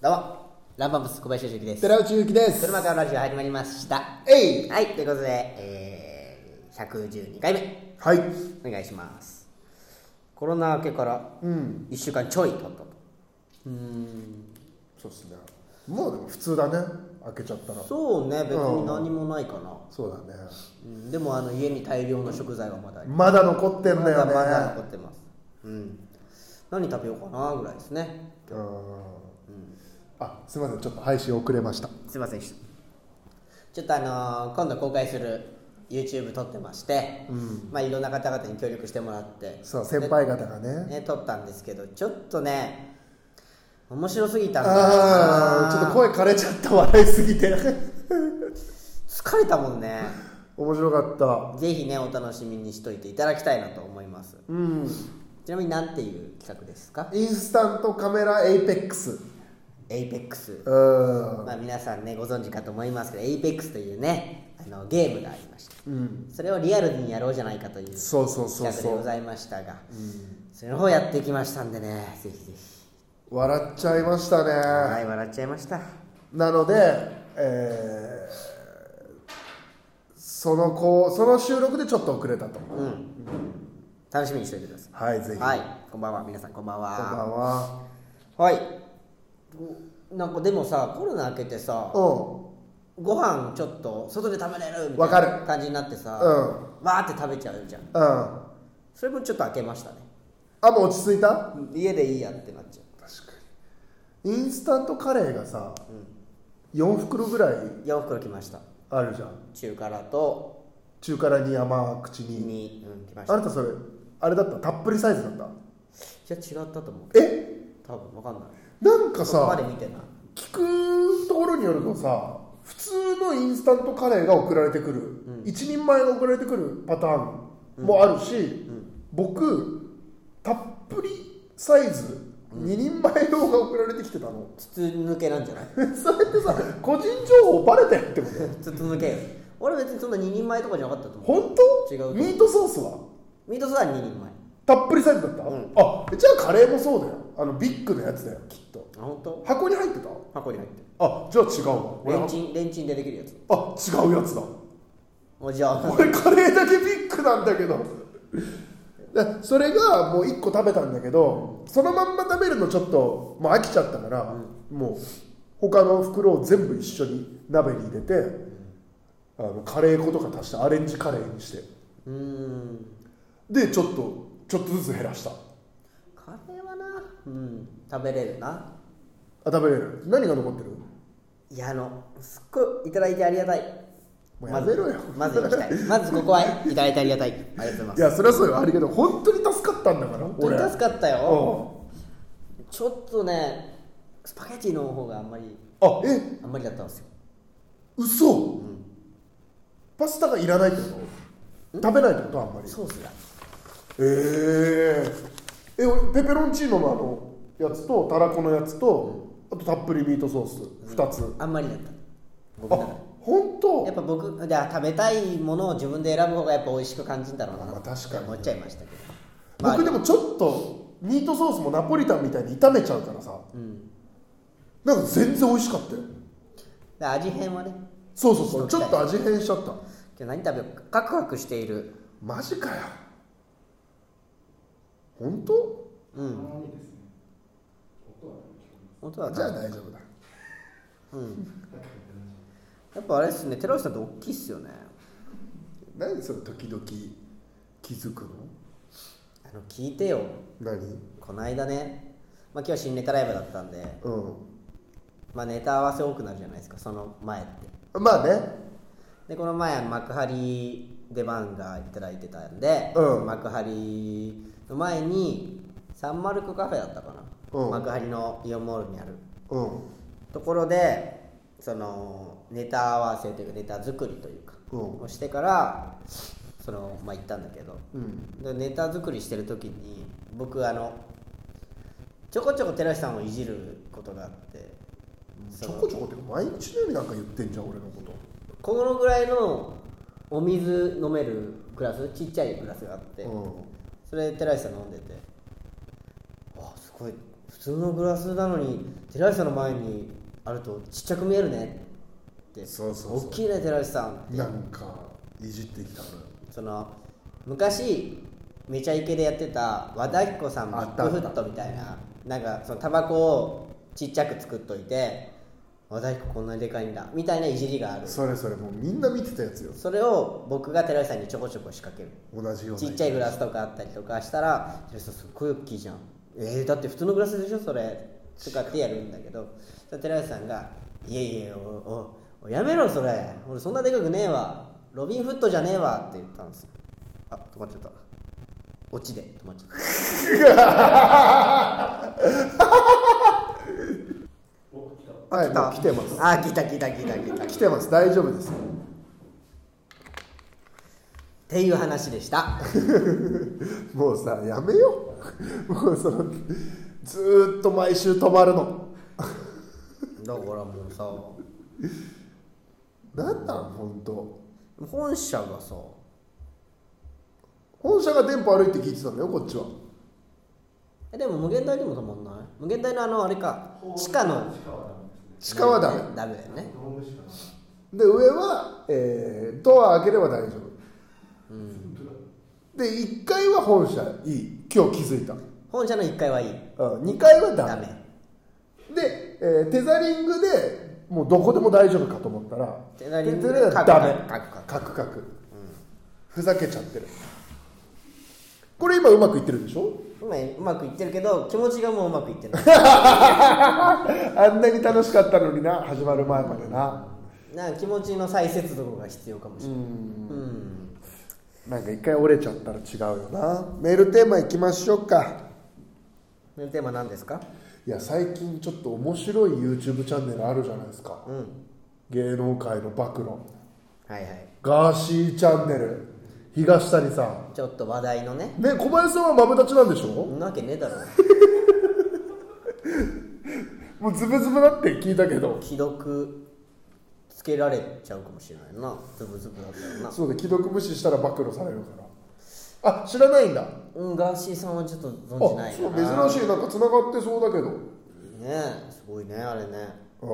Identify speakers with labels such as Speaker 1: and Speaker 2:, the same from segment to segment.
Speaker 1: どうもランパンプス小林修之です
Speaker 2: 寺内ゆきです。
Speaker 1: 車からラジオ始まりました
Speaker 2: えい
Speaker 1: はいということで、えー、112回目
Speaker 2: はい。
Speaker 1: お願いしますコロナ明けから
Speaker 2: うん。
Speaker 1: 1週間ちょい経ったと、
Speaker 2: そうっすね。もうでも普通だね。開けちゃったら。そう
Speaker 1: そうね別に何
Speaker 2: に何
Speaker 1: もないかな、
Speaker 2: だね。
Speaker 1: うん、でもあの家に大量の食材はまだあり
Speaker 2: まだ残ってんだ
Speaker 1: ま
Speaker 2: よね。
Speaker 1: だまだ残ってますうん何食べようかなぐらいですね
Speaker 2: うん。あ、すみません。ちょっと配信遅れました。
Speaker 1: すいませんでしたちょっとあのー今度公開する YouTube 撮ってまして、まあいろんな方々に協力してもらって
Speaker 2: そう、先輩方がね。
Speaker 1: ね撮ったんですけどちょっとね面白すぎたんだ
Speaker 2: ああ、ちょっと声枯れちゃった。笑いすぎて。
Speaker 1: 疲れたもんね
Speaker 2: 面白かった。
Speaker 1: ぜひねお楽しみにしといていただきたいなと思います
Speaker 2: うん。
Speaker 1: ちなみに何ていう企画ですか
Speaker 2: インスタントカメラエイペックス。
Speaker 1: APEX
Speaker 2: うん。
Speaker 1: まあ、皆さんねご存知かと思いますけど APEX というねあのゲームがありました
Speaker 2: うん。
Speaker 1: それをリアルにやろうじゃないかという
Speaker 2: そうそうそうそう
Speaker 1: 企画でございましたが
Speaker 2: うん
Speaker 1: それの方やってきましたんでねぜひぜひ
Speaker 2: 笑っちゃいましたね。
Speaker 1: はい笑っちゃいました
Speaker 2: なので、えーそのこうその収録でちょっと遅れたと、
Speaker 1: うん、楽しみにしておいてくださ
Speaker 2: はいぜ
Speaker 1: い
Speaker 2: ひ、
Speaker 1: はい
Speaker 2: こ
Speaker 1: こんばんは皆さんこんばん
Speaker 2: んば
Speaker 1: は
Speaker 2: んは
Speaker 1: はいおなんかでもさコロナ明けてさ
Speaker 2: う
Speaker 1: ご飯ちょっと外で食べれるみ
Speaker 2: わ
Speaker 1: た
Speaker 2: か
Speaker 1: いな
Speaker 2: る
Speaker 1: 感じになってさ、
Speaker 2: う
Speaker 1: わーって食べちゃうじゃん
Speaker 2: んうんあ
Speaker 1: それもちょっと明けましたね
Speaker 2: もう落ち着いた
Speaker 1: 家でいいやってなっちゃう
Speaker 2: 確かにインスタントカレーがさ、4袋ぐらい
Speaker 1: 4袋来ました
Speaker 2: あるじゃん
Speaker 1: 中辛と
Speaker 2: 中辛に甘口に
Speaker 1: にうん、来まし
Speaker 2: あ
Speaker 1: たい
Speaker 2: なたそれあれだったたっぷりサイズだった
Speaker 1: や違ったと思う
Speaker 2: え
Speaker 1: 多分わかんない
Speaker 2: なんか
Speaker 1: そこま
Speaker 2: さ
Speaker 1: で見てない
Speaker 2: 聞くところによるとさ普通のインスタントカレーが送られてくる、一人前が送られてくるパターンもあるし、僕たっぷりサイズ2人前用が送られてきてたの、
Speaker 1: 筒抜けなんじゃない
Speaker 2: それってさ個人情報バレてるってこと
Speaker 1: 筒抜けよ俺別にそんな2人前とかじゃなかったと思う
Speaker 2: 本当
Speaker 1: 違うと思う
Speaker 2: ミートソースは
Speaker 1: ミートソースは2人前
Speaker 2: たっぷりサイズだった、
Speaker 1: うん
Speaker 2: あじゃあカレーもそうだよあのビッグのやつだよきっと
Speaker 1: あ本当？
Speaker 2: 箱に入ってた
Speaker 1: 箱に入ってる
Speaker 2: あじゃあ違うわ俺
Speaker 1: レンチンレンチンでできるやつ
Speaker 2: あ違うやつだ
Speaker 1: もうじゃあ
Speaker 2: 俺カレーだけビッグなんだけどでそれがもう1個食べたんだけどそのまんま食べるのちょっともう飽きちゃったから、もう他の袋を全部一緒に鍋に入れて、あのカレー粉とか足してアレンジカレーにして
Speaker 1: うーん
Speaker 2: でちょっとちょっとずつ減らしたあ
Speaker 1: カレーはなうん食べれるな
Speaker 2: 食べれる何が残ってる
Speaker 1: いやあのすっごいいただいてありがたい
Speaker 2: もうやめろよ
Speaker 1: まずまず行きた いまずここはいただいてありがたいありがとうございま
Speaker 2: い
Speaker 1: す
Speaker 2: やそれはそうよありがとう本当に助かったんだから
Speaker 1: 本当に助かった
Speaker 2: 俺
Speaker 1: よちょっとねスパゲティの方があんまり
Speaker 2: うんあえ
Speaker 1: あんまりだったんですよ
Speaker 2: 嘘、パスタがいらないってこと食べないってことあんまり
Speaker 1: ソースが
Speaker 2: えええ俺ペペロンチーノのあのやつとたらこのやつとあとたっぷりミートソース2つ、
Speaker 1: あんまりだった
Speaker 2: あ
Speaker 1: 僕なら
Speaker 2: 本当
Speaker 1: やっぱ僕で食べたいものを自分で選ぶ方がやっぱ美味しく感じるんだろうな
Speaker 2: まあ確かに
Speaker 1: 思っちゃいましたけどまあ
Speaker 2: 僕でもちょっとミートソースもナポリタンみたいに炒めちゃうからさ、なんか全然美味しかったよ
Speaker 1: で味変はね
Speaker 2: そうそうそうちょっと味変しちゃった
Speaker 1: 今日何食べようかカクカクしている
Speaker 2: マジかよ本当
Speaker 1: うん音は
Speaker 2: じゃあ
Speaker 1: ね
Speaker 2: 大丈夫だ
Speaker 1: やっぱあれですね寺内さんって大きいっすよね
Speaker 2: 何それ時々気づくの
Speaker 1: あの聞いてよ
Speaker 2: 何
Speaker 1: こないだね、まあ、今日は新ネタライブだったんで、
Speaker 2: う
Speaker 1: まあ、ネタ合わせ多くなるじゃないですかその前って
Speaker 2: んまあね
Speaker 1: でこの前幕張出番がいただいてたんで、
Speaker 2: うん
Speaker 1: 幕張の前にサンマルクカフェだったかな、
Speaker 2: うん
Speaker 1: 幕張のイオンモールにある
Speaker 2: うん
Speaker 1: ところでそのネタ合わせというかネタ作りというか、
Speaker 2: うん
Speaker 1: をしてからそのまあ行ったんだけど
Speaker 2: うん
Speaker 1: でネタ作りしてる時に僕あのちょこちょこ寺師さんをいじることがあって
Speaker 2: ちょこちょこって毎日のようになんか言ってんじゃん俺のこと
Speaker 1: このぐらいのお水飲めるグラスちっちゃいグラスがあって、
Speaker 2: うん
Speaker 1: それ寺石さん飲んでてあすごい普通のグラスなのに寺石さんの前にあるとちっちゃく見えるねって
Speaker 2: そうそうそう
Speaker 1: 大きいね寺石さんって
Speaker 2: なんかいじってきたのよ
Speaker 1: その昔めちゃイケでやってた和田アキ子さんビ
Speaker 2: あ
Speaker 1: ッ
Speaker 2: った
Speaker 1: グフットみたいななんかそのタバコをちっちゃく作っといて和田アキ子こんなにでかいんだみたいないじりがある
Speaker 2: それそれもうみんな見てたやつよ
Speaker 1: それを僕が寺内さんにちょこちょこ仕掛ける
Speaker 2: 同じような
Speaker 1: ちっちゃいグラスとかあったりとかしたら「寺内さんすっごい大きいじゃんえー、だって普通のグラスでしょそれ」とかってやるんだけどそしたら寺内さんが「いえいえおおおやめろそれ俺そんなでかくねえわロビンフットじゃねえわ」って言ったんですよあ止まっちゃったオチで止まっちゃった
Speaker 2: はいもう来てます
Speaker 1: あ来た来た来た来たっ
Speaker 2: 来てます大丈夫です
Speaker 1: ていう話でした
Speaker 2: もうさやめよう もうそのずーっと毎週止まるの
Speaker 1: だからもうさ
Speaker 2: なんなん本当
Speaker 1: 本社がさ
Speaker 2: 本社が電波悪いって聞いてたのよこっちは
Speaker 1: えでも無限大にも止まんない無限大のあのあれか地下の
Speaker 2: 地下はダメ
Speaker 1: ダメだよね
Speaker 2: で上は、えードア開ければ大丈夫、で1階は本社いい今日気づいた、
Speaker 1: 本社の1階はいい
Speaker 2: うん、2階はダメ
Speaker 1: ダメ
Speaker 2: で、えーテザリングでもうどこでも大丈夫かと思ったら
Speaker 1: テザリングで
Speaker 2: テザダメ
Speaker 1: カクカク
Speaker 2: カクカクふざけちゃってるこれ今うまくいってるでしょ
Speaker 1: 今うまくいってるけど気持ちがもううまくいってない
Speaker 2: あんなに楽しかったのにな始まる前までな
Speaker 1: なんか気持ちの再接続が必要かもしれないうん
Speaker 2: なんか一回折れちゃったら違うよなメールテーマいきましょうか
Speaker 1: メールテーマ何ですか
Speaker 2: いや最近ちょっと面白い YouTube チャンネルあるじゃないですか、
Speaker 1: うん
Speaker 2: 芸能界の暴露
Speaker 1: はいはい
Speaker 2: ガーシーチャンネル東谷さん
Speaker 1: ちょっと話題のね
Speaker 2: ね小林さんはマブダチなんでし
Speaker 1: そ
Speaker 2: ょ
Speaker 1: んなわけねえだろ
Speaker 2: もうズブズブだって聞いたけど
Speaker 1: 既読つけられちゃうかもしれないなズブズブだったらな
Speaker 2: そうで既読無視したら暴露されるからあ知らないんだあ
Speaker 1: うんガーシーさんはちょっと存じ
Speaker 2: そう
Speaker 1: ない
Speaker 2: 珍
Speaker 1: な
Speaker 2: しいなんか繋がってそうだけど
Speaker 1: ねえすごいねあれね
Speaker 2: あ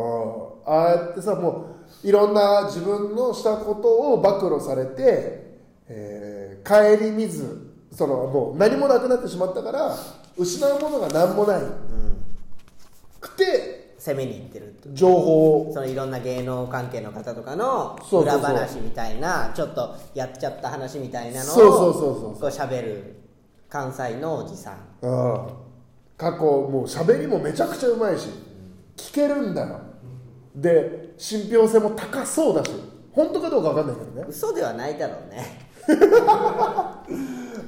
Speaker 2: あああやってさもういろんな自分のしたことを暴露されて、えー帰り見ずそのもう何もなくなってしまったから失うものが何もないくて
Speaker 1: 攻めに行ってるって
Speaker 2: 情報を
Speaker 1: そのいろんな芸能関係の方とかの
Speaker 2: そうそう
Speaker 1: 裏
Speaker 2: そう
Speaker 1: 話みたいなちょっとやっちゃった話みたいなのを
Speaker 2: そうそうそうそう
Speaker 1: こう喋る関西のおじさん
Speaker 2: ああ過去もう喋りもめちゃくちゃうまいし聞けるんだよで信憑性も高そうだし本当かどうか分かんないけどね
Speaker 1: 嘘ではないだろうね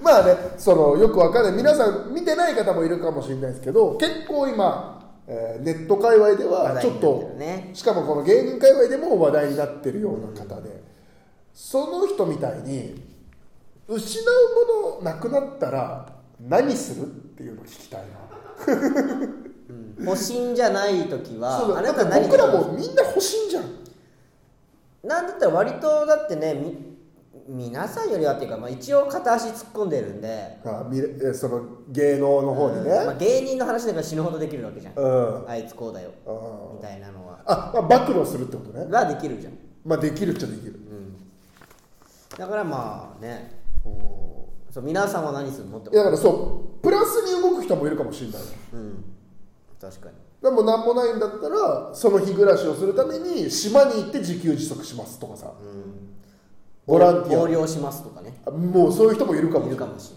Speaker 2: まあねそのよくわかんない皆さん見てない方もいるかもしれないですけど結構今、えーネット界隈ではちょっ
Speaker 1: 話題にな
Speaker 2: と
Speaker 1: ってるね
Speaker 2: しかもこの芸人界隈でも話題になってるような方で、その人みたいに失うものなくなったら何するっていうのを聞きたいな
Speaker 1: 保身じゃない時
Speaker 2: そう
Speaker 1: はあ
Speaker 2: だ
Speaker 1: な
Speaker 2: だ
Speaker 1: た
Speaker 2: って
Speaker 1: 何
Speaker 2: 僕らもみんな欲しいんじゃん
Speaker 1: なんだったら割とだってねみ皆さんよりはっていうか、まあ、一応片足突っ込んでるんで、
Speaker 2: あみえーその芸能の方にね、
Speaker 1: まあ、芸人の話なんか死ぬほどできるわけじゃん、
Speaker 2: うん
Speaker 1: あいつこうだよ
Speaker 2: うん
Speaker 1: みたいなのは
Speaker 2: あ、まあ、暴露するってことね
Speaker 1: ができるじゃん
Speaker 2: まあできるっちゃできる、
Speaker 1: だからまあね
Speaker 2: おー
Speaker 1: そう皆さんは何するのって
Speaker 2: いやだからそうプラスに動く人もいるかもしれない
Speaker 1: うん確かに
Speaker 2: でも何もないんだったらその日暮らしをするために島に行って自給自足しますとかさ、ボランテ
Speaker 1: 横
Speaker 2: ィ
Speaker 1: 領しますとかね
Speaker 2: アもうそういう人もいるかも
Speaker 1: い
Speaker 2: し
Speaker 1: る
Speaker 2: れ
Speaker 1: か
Speaker 2: ない
Speaker 1: もしれ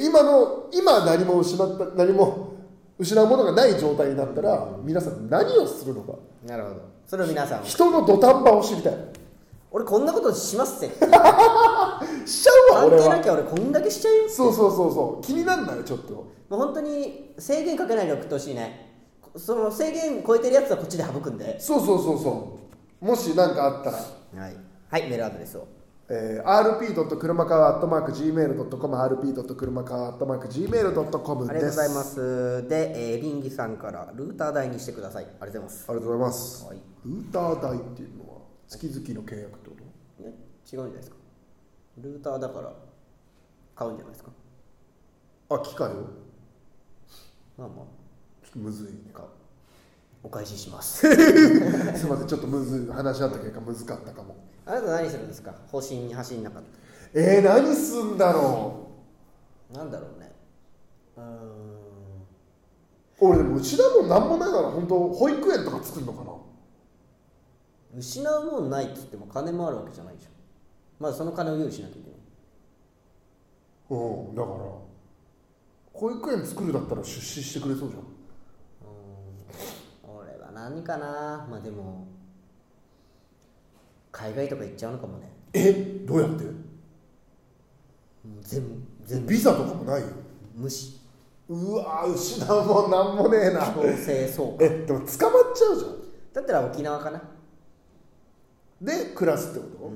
Speaker 1: ない
Speaker 2: で今の今何も失った何も失うものがない状態になったら皆さん何をするのか
Speaker 1: なるほどそれを皆さんは
Speaker 2: 人の土壇場を知りたい
Speaker 1: 俺こんなことしますって
Speaker 2: しちゃうわ
Speaker 1: 関
Speaker 2: 俺
Speaker 1: 係な
Speaker 2: は
Speaker 1: きゃ俺こんだけしちゃうよ
Speaker 2: そうそうそうそう気になんないちょっと
Speaker 1: もう本当に制限かけないで送ってほしいねその制限超えてるやつはこっちで省くんで
Speaker 2: そうそうそうそうもし何かあったら
Speaker 1: はい、はい、メールアドレスを
Speaker 2: えー、rp. 車川 .gmail.com rp. 車川 .gmail.com です
Speaker 1: ありがとうございますで、えー、リンギさんからルーター代にしてくださいありがとうございます
Speaker 2: ありがとうございます、
Speaker 1: はい
Speaker 2: ルーター代っていうのは月々の契約ってこ
Speaker 1: ね違うんじゃないですかルーターだから買うんじゃないですか
Speaker 2: とあ機械を
Speaker 1: まあまあ
Speaker 2: むずい
Speaker 1: なんかお返しします
Speaker 2: すいませんちょっとむずい話し合った結果むずかったかも
Speaker 1: あなた何するんですか方針に走んなかっ
Speaker 2: えー、何すんだろ
Speaker 1: たなんだろうねうーん
Speaker 2: う俺でもうちだもん何もないから本当保育園とか作るのかな
Speaker 1: 失うもんないって言っても金もあるわけじゃないじゃんまずその金を用意しなきゃいけない
Speaker 2: うんだから保育園作るだったら出資してくれそうじゃん
Speaker 1: うーん俺は何かなまあでも海外とか行っちゃうのかもね
Speaker 2: えどうやって
Speaker 1: もう全部全部
Speaker 2: ビザとかもないよ
Speaker 1: 無視
Speaker 2: うわー失うもんなんもねえな
Speaker 1: 強制送還
Speaker 2: えでも捕まっちゃうじゃん
Speaker 1: だったら沖縄かな
Speaker 2: で暮らすってこと、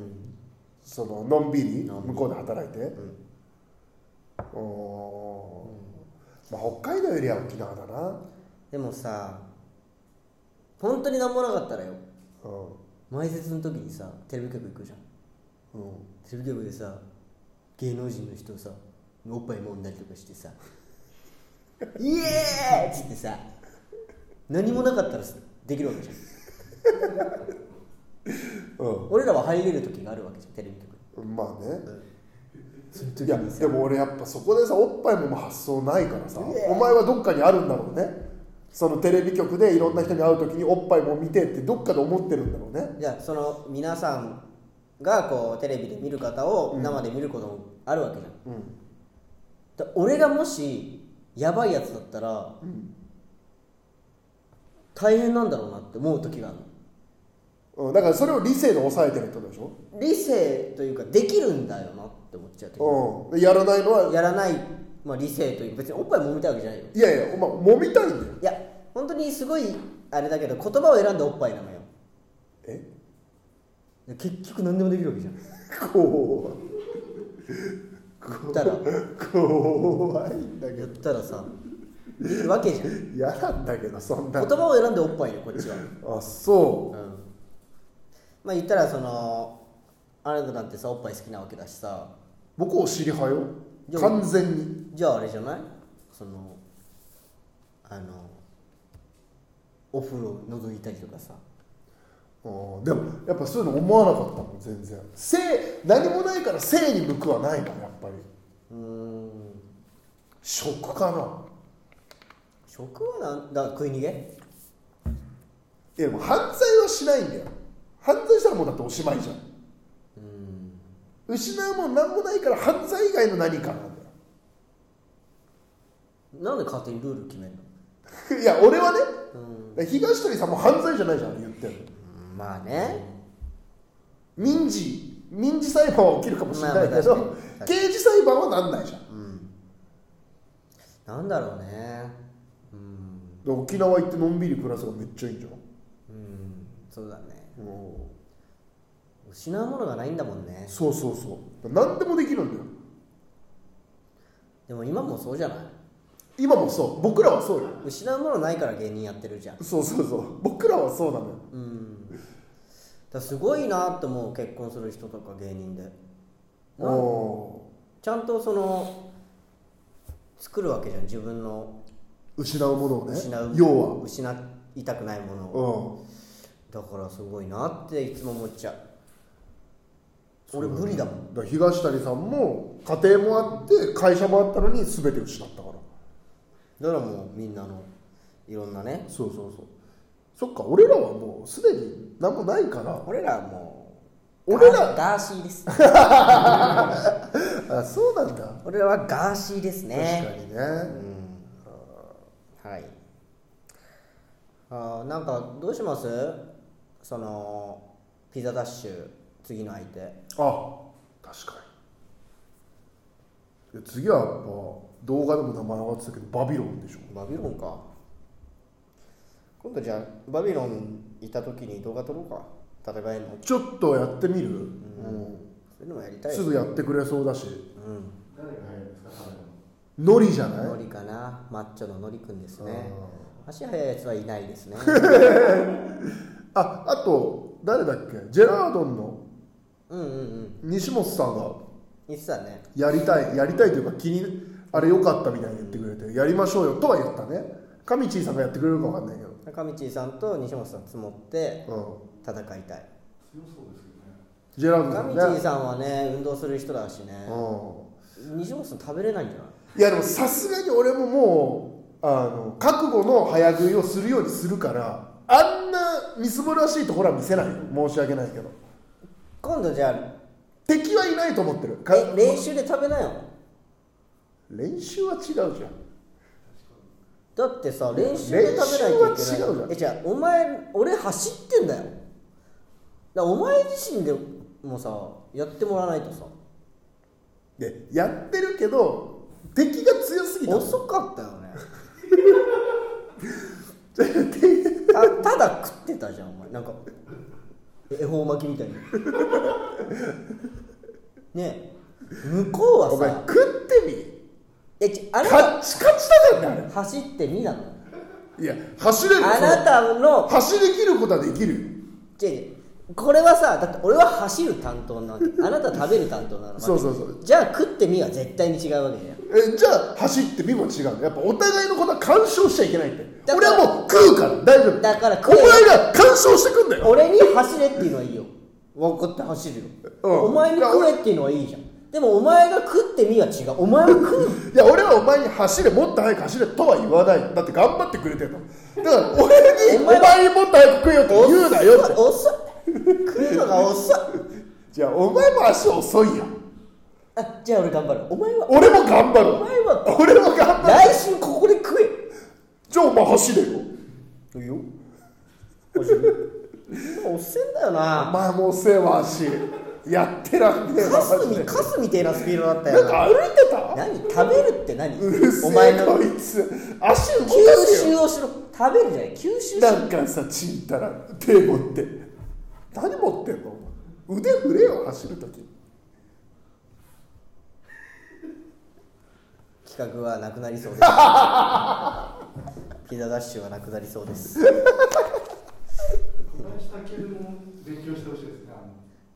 Speaker 2: そののんびり
Speaker 1: のんびり
Speaker 2: 向こうで働いて、おまあ、北海道よりは沖縄だな、
Speaker 1: でもさ本当に何もなかったらよ
Speaker 2: うん
Speaker 1: 前説の時にさテレビ局行くじゃん
Speaker 2: うん、
Speaker 1: テレビ局でさ芸能人の人さおっぱい揉んだりとかして さ「イエーイ!」っつってさ何もなかったらできるわけじゃん
Speaker 2: う
Speaker 1: 俺らは入れる時があるわけじゃんテレビ局に
Speaker 2: ん、まあね、
Speaker 1: その時
Speaker 2: いや
Speaker 1: にさ
Speaker 2: でも俺やっぱそこでさおっぱいも発想ないからさ、
Speaker 1: え
Speaker 2: お前はどっかにあるんだろうねそのテレビ局でいろんな人に会う時におっぱいも見てってどっかで思ってるんだろうね
Speaker 1: いやその皆さんがこうテレビで見る方を生で見ることもあるわけじゃん、だ俺がもしやばいやつだったら、大変なんだろうなって思う時があるの
Speaker 2: うん、だからそれを理性で抑えてるってことで
Speaker 1: 理
Speaker 2: し
Speaker 1: 性というかできるんだよなって思っちゃう時
Speaker 2: ょ、うん、やらないのは
Speaker 1: やらない、まあ、理性というか別におっぱい揉みたいわけじゃないよ
Speaker 2: いやいやお前揉みたいんだよ
Speaker 1: いや本当にすごいあれだけど言葉を選んでおっぱいなのよ
Speaker 2: え
Speaker 1: で結局何でもできるわけじゃん
Speaker 2: こ
Speaker 1: 言ったら
Speaker 2: う怖いんだけ
Speaker 1: 言ったらさできるわけじゃん
Speaker 2: ど嫌なんだけどそんな
Speaker 1: 言葉を選んでおっぱいよこっちは、
Speaker 2: あそ
Speaker 1: うん、まあ言ったらそのあなたなんてさおっぱい好きなわけだしさ
Speaker 2: う僕お尻派よ
Speaker 1: じゃあ
Speaker 2: 完全に
Speaker 1: じゃああれじゃないそのあのお風呂覗いたりとかさ
Speaker 2: うんでもやっぱそういうの思わなかったもん全然性何もないから性に向くはないからやっぱり
Speaker 1: うーん
Speaker 2: 食かな
Speaker 1: 食はなんだ食い逃げ
Speaker 2: いやでも犯罪はしないんだよ犯罪したらもうだっておしまいじゃん失うもん何もないから犯罪以外の何かなんだよ
Speaker 1: なんで勝手にルール決めんの
Speaker 2: いや俺はね、東谷さんも犯罪じゃないじゃん言ってる
Speaker 1: まあね
Speaker 2: 民事民事裁判は起きるかもしれない
Speaker 1: ま
Speaker 2: け
Speaker 1: あまあ
Speaker 2: ど
Speaker 1: 確かに
Speaker 2: 刑事裁判はなんないじゃん、
Speaker 1: なんだろうねうん
Speaker 2: で沖縄行ってのんびり暮らすのがめっちゃいいじゃん
Speaker 1: うんそうだね
Speaker 2: うん
Speaker 1: 失うものがないんだもんね
Speaker 2: そうそうそう何でもできるんだよ
Speaker 1: でも今もそうじゃない
Speaker 2: 今もそう僕らはそうよ
Speaker 1: 失うものないから芸人やってるじゃんだか
Speaker 2: そうそうそう僕らはそうなのよ
Speaker 1: らすごいなと思う結婚する人とか芸人で
Speaker 2: お
Speaker 1: ちゃんとその作るわけじゃん自分の
Speaker 2: ー失うものをね
Speaker 1: 失う
Speaker 2: 要は
Speaker 1: 失いたくないものを
Speaker 2: う
Speaker 1: だからすごいなっていつも思っちゃう俺無理だもん
Speaker 2: んだから東谷さんも家庭もあって会社もあったのに全て失ったから
Speaker 1: だからもうみんなのいろんなね
Speaker 2: そうそうそうそっか俺らはもうすでに何もないから
Speaker 1: 俺らはもう
Speaker 2: 俺ら
Speaker 1: ガーシーです
Speaker 2: あそうなんだ
Speaker 1: 俺らはガーシーですね
Speaker 2: 確かにね、
Speaker 1: はいあーなんかどうしますそのピザダッシュ次の相手
Speaker 2: あ確かにいや次はやっぱ動画でも名前上がってたけどバビロンでしょ
Speaker 1: バビロンか今度じゃあバビロンいた時に動画撮ろうか戦えるの
Speaker 2: ちょっとやってみる、
Speaker 1: そういうのもやり
Speaker 2: う
Speaker 1: た
Speaker 2: ん
Speaker 1: い
Speaker 2: すぐやってくれそうだし
Speaker 1: うん
Speaker 3: 誰が入るんですか彼は
Speaker 2: ノリじゃ
Speaker 1: ノ
Speaker 2: ない
Speaker 1: リかなマッチョのノリくんですね足速いやつはいないです ね
Speaker 2: ああと誰だっけジェラードンの
Speaker 1: うんうんうん
Speaker 2: 西本さんが
Speaker 1: 言ってたね
Speaker 2: やりたいやりたいというか気にあれ良かったみたいに言ってくれてやりましょうよとは言ったね上地さんがやってくれるか分かんないけど
Speaker 1: 中道さんと西本さん積もって
Speaker 2: う
Speaker 1: 戦いたい
Speaker 4: 強そうですけどね
Speaker 2: んジェラードさんね
Speaker 1: 中道さんはね運動する人だしね
Speaker 2: う
Speaker 1: 西本さん食べれないんじゃない
Speaker 2: んいやでもさすがに俺ももうあの覚悟の早食いをするようにするからあんなみすぼらしいところは見せないよ申し訳ないけど
Speaker 1: 今度じゃ
Speaker 2: 敵はいないと思ってる
Speaker 1: あ
Speaker 2: か
Speaker 1: れ練習で食べなよ
Speaker 2: 練習は違うじゃん
Speaker 1: だってさ練習で食べないといけない
Speaker 2: 練習は違うじゃん
Speaker 1: えじゃあお前俺走ってんだよだからお前自身でもさやってもらわないとさ
Speaker 2: でやってるけど敵が強すぎた
Speaker 1: 遅かったよ ねたただ食ってたじゃんお前なんか恵方巻き みたいにねえ向こう
Speaker 2: お
Speaker 1: は
Speaker 2: 前
Speaker 1: さ
Speaker 2: 食ってみ
Speaker 1: えちあな
Speaker 2: カ
Speaker 1: た
Speaker 2: ッチカチだからね
Speaker 1: 走ってみなの
Speaker 2: あれいや走れる
Speaker 1: あなたの
Speaker 2: 走り切ることはできるよ
Speaker 1: 違う違うこれはさだって俺は走る担当なわけあなた食べる担当なのわけ
Speaker 2: そうそうそう
Speaker 1: じゃあ食ってみは絶対に違うわけじゃん
Speaker 2: えじゃあ走ってみも違うのやっぱお互いのことは干渉しちゃいけないって
Speaker 1: だか
Speaker 2: 俺
Speaker 1: ら
Speaker 2: はもう食うから大丈夫
Speaker 1: だから食
Speaker 2: お
Speaker 1: え
Speaker 2: 前が干渉してくんだよ
Speaker 1: 俺に走れっていうのはいいよ分かって走るよ、
Speaker 2: うん
Speaker 1: お前に食えっていうのはいいじゃんでもお前が食ってみは違うお前は食う
Speaker 2: いや俺はお前に走れもっと早く走れとは言わないだって頑張ってくれてるのだから俺に
Speaker 1: お
Speaker 2: お
Speaker 1: 前は
Speaker 2: 前にもっと早く食えよって 言うなよって
Speaker 1: 遅い食うのが遅い
Speaker 2: じゃあお前も足遅いやん
Speaker 1: あじゃあ俺頑張るお前は
Speaker 2: 俺も頑張る
Speaker 1: お前は
Speaker 2: 俺も頑張る
Speaker 1: 来週ここで食え
Speaker 2: じゃあお前走れよ
Speaker 1: いいよ走る今遅えんだよ
Speaker 2: お
Speaker 1: な
Speaker 2: 前もうせえわ足やってらんねえわ
Speaker 1: カス
Speaker 2: マジ
Speaker 1: み
Speaker 2: で
Speaker 1: カスみてえなスピードだった
Speaker 2: な
Speaker 1: よ
Speaker 2: ん
Speaker 1: な
Speaker 2: か歩いてた
Speaker 1: 何食べるって何
Speaker 2: うるせ
Speaker 1: お前
Speaker 2: え
Speaker 1: の
Speaker 2: こいつ足動
Speaker 1: 吸
Speaker 2: かすよ
Speaker 1: 収をしろ食べるじゃない吸収しろ
Speaker 2: なんかさちんたら手持って何持ってんのお前腕振れよ走るとき
Speaker 1: 企画はなくなりそうです ピザダッシュはなくなりそうですだか
Speaker 4: 小林武も勉強してほしいですねあ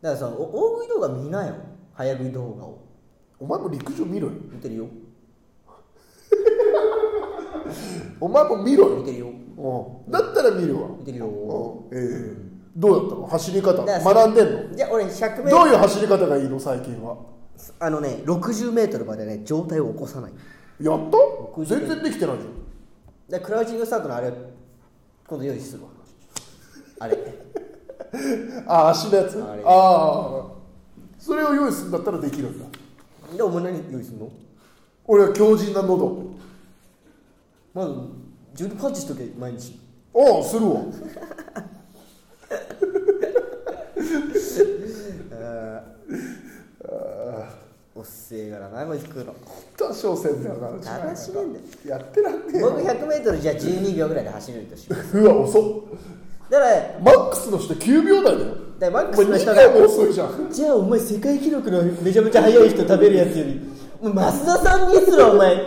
Speaker 4: の
Speaker 1: らさお大食い動画見なよ早食い動画を
Speaker 2: お前も陸上見ろよ
Speaker 1: 見てるよ
Speaker 2: お前も見ろ
Speaker 1: 見
Speaker 2: よ
Speaker 1: てるよ
Speaker 2: うんだったら見るわ
Speaker 1: 見てるよ
Speaker 2: うんええどうだったの走り方
Speaker 1: だから
Speaker 2: 学んでんの
Speaker 1: じゃあ俺 100m
Speaker 2: どういう走り方がいいの最近は
Speaker 1: あのね 60m までね上体を起こさない
Speaker 2: やっ
Speaker 1: 60
Speaker 2: た全然できてないじゃん
Speaker 1: でクラウチングスタートのあれ今度用意するわあれ
Speaker 2: あ足のやつ
Speaker 1: あれ
Speaker 2: ああそれを用意するんだったらできるんだ
Speaker 1: でお前何用意するの
Speaker 2: 俺は強靭な喉
Speaker 1: まず自分でパンチしとけ毎日
Speaker 2: ああす るわ
Speaker 1: おっせえからなこいつ食うの
Speaker 2: 多少せんだよなうち
Speaker 1: 楽しめんだよ
Speaker 2: やってらんねえ
Speaker 1: 僕
Speaker 2: よ
Speaker 1: 100m じゃあ12秒ぐらいで走れるとしよう
Speaker 2: うわ遅っ
Speaker 1: だから
Speaker 2: マックスの人9秒台だよ
Speaker 1: だからマック
Speaker 2: お
Speaker 1: ス
Speaker 2: 前
Speaker 1: の人
Speaker 2: 2
Speaker 1: が
Speaker 2: 秒も遅いじゃん
Speaker 1: じゃあお前世界記録のめちゃめちゃ速い人食べるやつよりもう増田さんにすらお前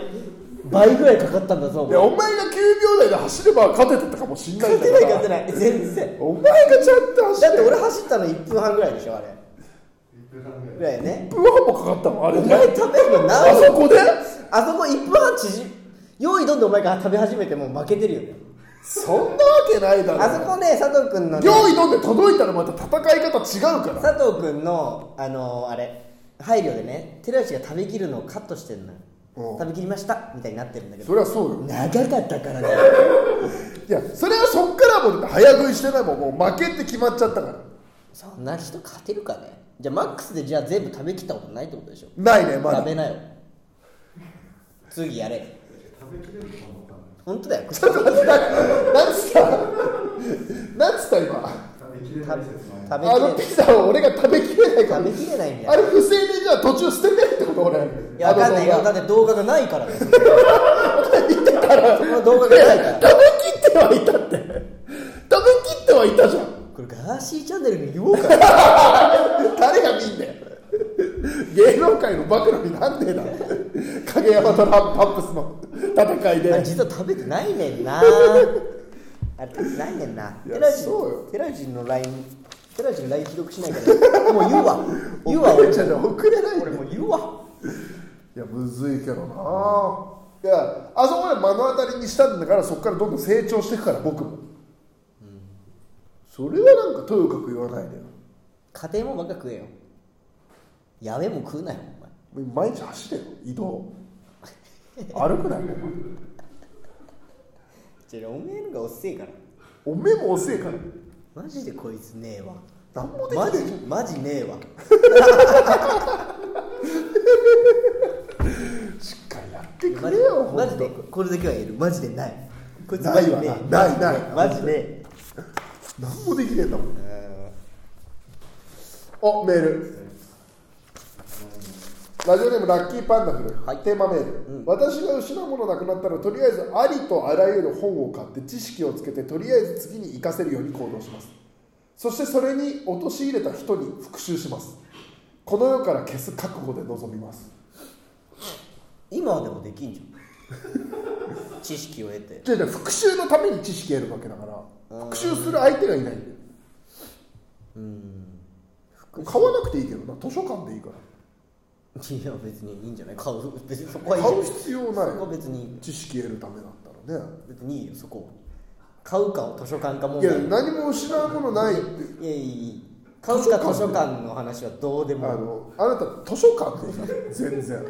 Speaker 1: 倍ぐらいかかったんだぞお
Speaker 2: いや
Speaker 1: 前
Speaker 2: お前が9秒台で走れば勝ててたかもしんないん
Speaker 1: 勝
Speaker 2: だ
Speaker 1: て
Speaker 2: か
Speaker 1: な
Speaker 2: ら
Speaker 1: い勝てない全然
Speaker 2: お前がちゃんと走
Speaker 1: だ
Speaker 2: れ
Speaker 1: って俺走ったの1分半ぐらいでしょあれ
Speaker 4: 一分半ぐらい
Speaker 1: ぐらいよね
Speaker 2: 1分半もかかったのあれ
Speaker 1: お
Speaker 2: ね
Speaker 1: 前食べるの
Speaker 2: あ
Speaker 1: 何
Speaker 2: そこで
Speaker 1: あそこ1分半縮用意どんどんお前が食べ始めてもう負けてるよね
Speaker 2: そんなわけないだ
Speaker 1: あそ
Speaker 2: ろ
Speaker 1: こね佐藤君のね
Speaker 2: 用意どんで届いたらまた戦い方違うから
Speaker 1: 佐藤君のあのーあれ配慮でね寺内が食べきるのをカットしてんのよ
Speaker 2: うん
Speaker 1: 食べきりましたみたいになってるんだけど
Speaker 2: そりゃそうよ
Speaker 1: 長かったからね
Speaker 2: いやそれはそっからもうだって早食いしてないもんもう負けって決まっちゃったから
Speaker 1: そんな人勝てるかねじゃあマックスでじゃあ全部食べきったことないってことでしょ
Speaker 2: ないねまだ
Speaker 1: 食べなよ次やれ
Speaker 4: 食べきれるかもわかんない
Speaker 1: 本当だよ
Speaker 2: ちょっと待ってなんつったなんつった今
Speaker 4: 食べきれな
Speaker 1: 食
Speaker 4: い
Speaker 1: べ
Speaker 4: 説もあります
Speaker 1: 食べ
Speaker 2: あの
Speaker 1: き
Speaker 2: ピ
Speaker 1: れ
Speaker 2: ザを俺が食べきれないから
Speaker 1: 食べきれないんだ
Speaker 2: あ
Speaker 1: よ
Speaker 2: れ不正でじゃあ途中捨ててるってこと俺
Speaker 1: いやわかんないよだ
Speaker 2: あの動
Speaker 1: っ
Speaker 2: 画
Speaker 1: て動画がないから です
Speaker 2: 言ってたら
Speaker 1: その動画がないから
Speaker 2: 食べきってはいたって食べきってはいたじゃん
Speaker 1: これガーシーチャンネルに言おうかな
Speaker 2: 誰が見んだよ芸能界の暴露になんねえだろ影山とランパップスの戦いで
Speaker 1: あ実は食べてないねん なあれ食べてないねんない
Speaker 2: や
Speaker 1: 寺内
Speaker 2: そうよ
Speaker 1: 寺内の LINE 寺内の LINE 既読しないからもう言うわ言うわ
Speaker 2: 遅れ
Speaker 1: 俺
Speaker 2: ちゃうじゃん遅れない
Speaker 1: 俺もう言うわ
Speaker 2: いやむずいけどないやあそこで目の当たりにしたんだからそこからどんどん成長していくから僕も、それはなんかとにかく言わないでよ
Speaker 1: 家庭もばっか食えよやべも食うなよお前
Speaker 2: 毎日走れよ移動歩くなよ
Speaker 1: ちょおめえのが遅えから
Speaker 2: おめえも遅えから
Speaker 1: マジでこいつねえわ
Speaker 2: 何もでき
Speaker 1: マ
Speaker 2: な
Speaker 1: ジ
Speaker 2: い
Speaker 1: マジねえわ
Speaker 2: しっかりやってく
Speaker 1: マ
Speaker 2: れ
Speaker 1: ジ
Speaker 2: よ
Speaker 1: マジ
Speaker 2: 本
Speaker 1: でこれだけは言えるマジでないこいつ
Speaker 2: ない
Speaker 1: マジで
Speaker 2: わ
Speaker 1: ねえ
Speaker 2: ないない
Speaker 1: マジで
Speaker 2: 当何もできねえんだもんおメールラジオネームラッキーパンダフル、
Speaker 1: はい
Speaker 2: テーマメール、私が失うものなくなったらとりあえずありとあらゆる本を買って知識をつけてとりあえず次に活かせるように行動しますそしてそれに陥れた人に復讐しますこの世から消す覚悟で臨みます
Speaker 1: 今でもできんじ ゃん知識を得て
Speaker 2: じゃあじゃあ復讐のために知識得るわけだから復讐する相手がいないんだよ買わなくていいけどな図書館でいいから
Speaker 1: いや別にいいんじゃない買う別にそこはいいじゃん
Speaker 2: 買う必要な
Speaker 1: そ
Speaker 2: い
Speaker 1: こは別にいいよ
Speaker 2: 知識得るためだったらね
Speaker 1: 別にいいよそこは買うかを図書館か問
Speaker 2: いや
Speaker 1: 題いや
Speaker 2: 何も失うものないって
Speaker 1: いやいい買うか図書館の話はどうで
Speaker 2: あ
Speaker 1: もいい
Speaker 2: のあなた図書館でいいから全然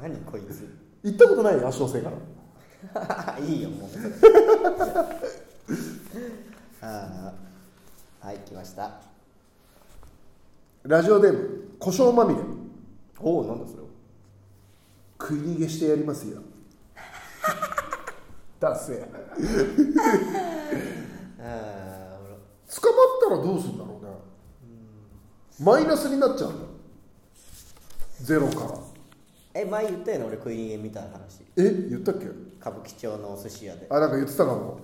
Speaker 1: 何こいつ
Speaker 2: 行ったことない足のせいから
Speaker 1: いいよもう ああはい来ました
Speaker 2: ラジオデーム胡椒まみれ
Speaker 1: おおなんだそれは
Speaker 2: 食い逃げしてやります よだせ
Speaker 1: ああほら
Speaker 2: 捕まったらどうするんだろうねマイナスになっちゃうんだゼロから
Speaker 1: え前言ったよね俺食い逃げ見た話
Speaker 2: え言ったっけ
Speaker 1: 歌舞伎町のお寿司屋で
Speaker 2: あなんか言ってたかも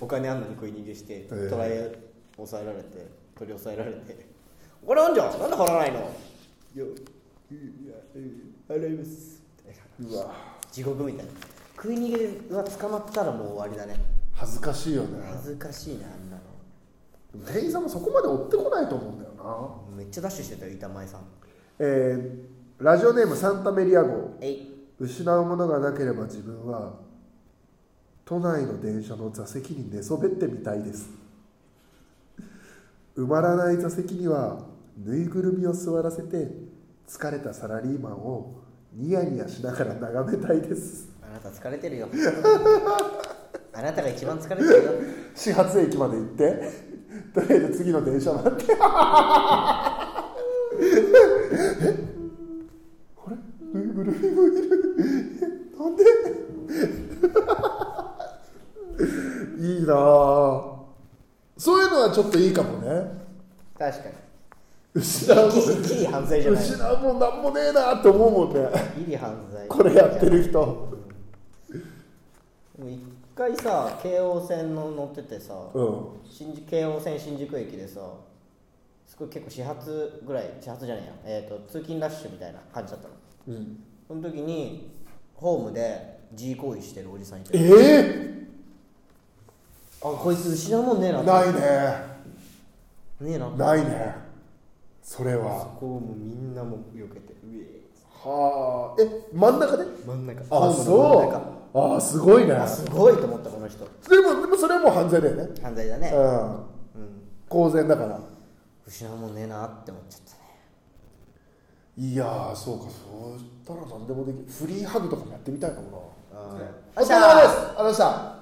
Speaker 1: お金あんのに食い逃げして
Speaker 2: え
Speaker 1: 捕らえ押さえられて取り押さえられて 「お金あんじゃんなんで払わないの?」いや「いやいや払います」みたいな
Speaker 2: うわ
Speaker 1: 地獄みたいな食い逃げは捕まったらもう終わりだね
Speaker 2: 恥ずかしいよね
Speaker 1: 恥ずかしいなあんなの
Speaker 2: 店員さんもそこまで追ってこないと思うんだよな
Speaker 1: めっちゃダッシュしてたよ板前さん
Speaker 2: えーラジオネームサンタメリア号
Speaker 1: えい
Speaker 2: 失うものがなければ自分は都内の電車の座席に寝そべってみたいです埋まらない座席にはぬいぐるみを座らせて疲れたサラリーマンをニヤニヤしながら眺めたいです
Speaker 1: あなた疲れてるよ あなたが一番疲れてるよ
Speaker 2: 始発駅まで行ってとりあえず次の電車待ってえあれぬいぐるみもいるえなんでいいなあそういうのはちょっといいかもね
Speaker 1: 確かに
Speaker 2: 失うもん
Speaker 1: ギリギリ犯罪じゃ ない
Speaker 2: 失うもんなんもねえなって思うもんね
Speaker 1: ギリ犯罪
Speaker 2: これやってる人
Speaker 1: でも一回さ京王線の乗っててさ、
Speaker 2: うん
Speaker 1: 新宿京王線新宿駅でさすごい結構始発ぐらい始発じゃねえや、えー、と通勤ラッシュみたいな感じだったの
Speaker 2: うん
Speaker 1: その時にホームで G 行為してるおじさんいて
Speaker 2: ええ
Speaker 1: あこいつ失うもんねえな
Speaker 2: ない
Speaker 1: ね
Speaker 2: ね
Speaker 1: えな
Speaker 2: ないねそれ
Speaker 1: そ
Speaker 2: は
Speaker 1: こをもうみんなもう避けてうえ
Speaker 2: はあえ真ん中で
Speaker 1: 真ん中
Speaker 2: あ
Speaker 1: ホームの真ん中
Speaker 2: そうあすごいね
Speaker 1: あすごいと思ったこの人
Speaker 2: でもでもそれはもう犯罪だよね
Speaker 1: 犯罪だね、
Speaker 2: うん
Speaker 1: うん、
Speaker 2: 公然だから
Speaker 1: 失うもんねえなって思っちゃったね
Speaker 2: いやーそうかそうしたら何でもできるフリーハグとかもやってみたいかも
Speaker 1: あ
Speaker 2: なお疲れ様ですありがとうございました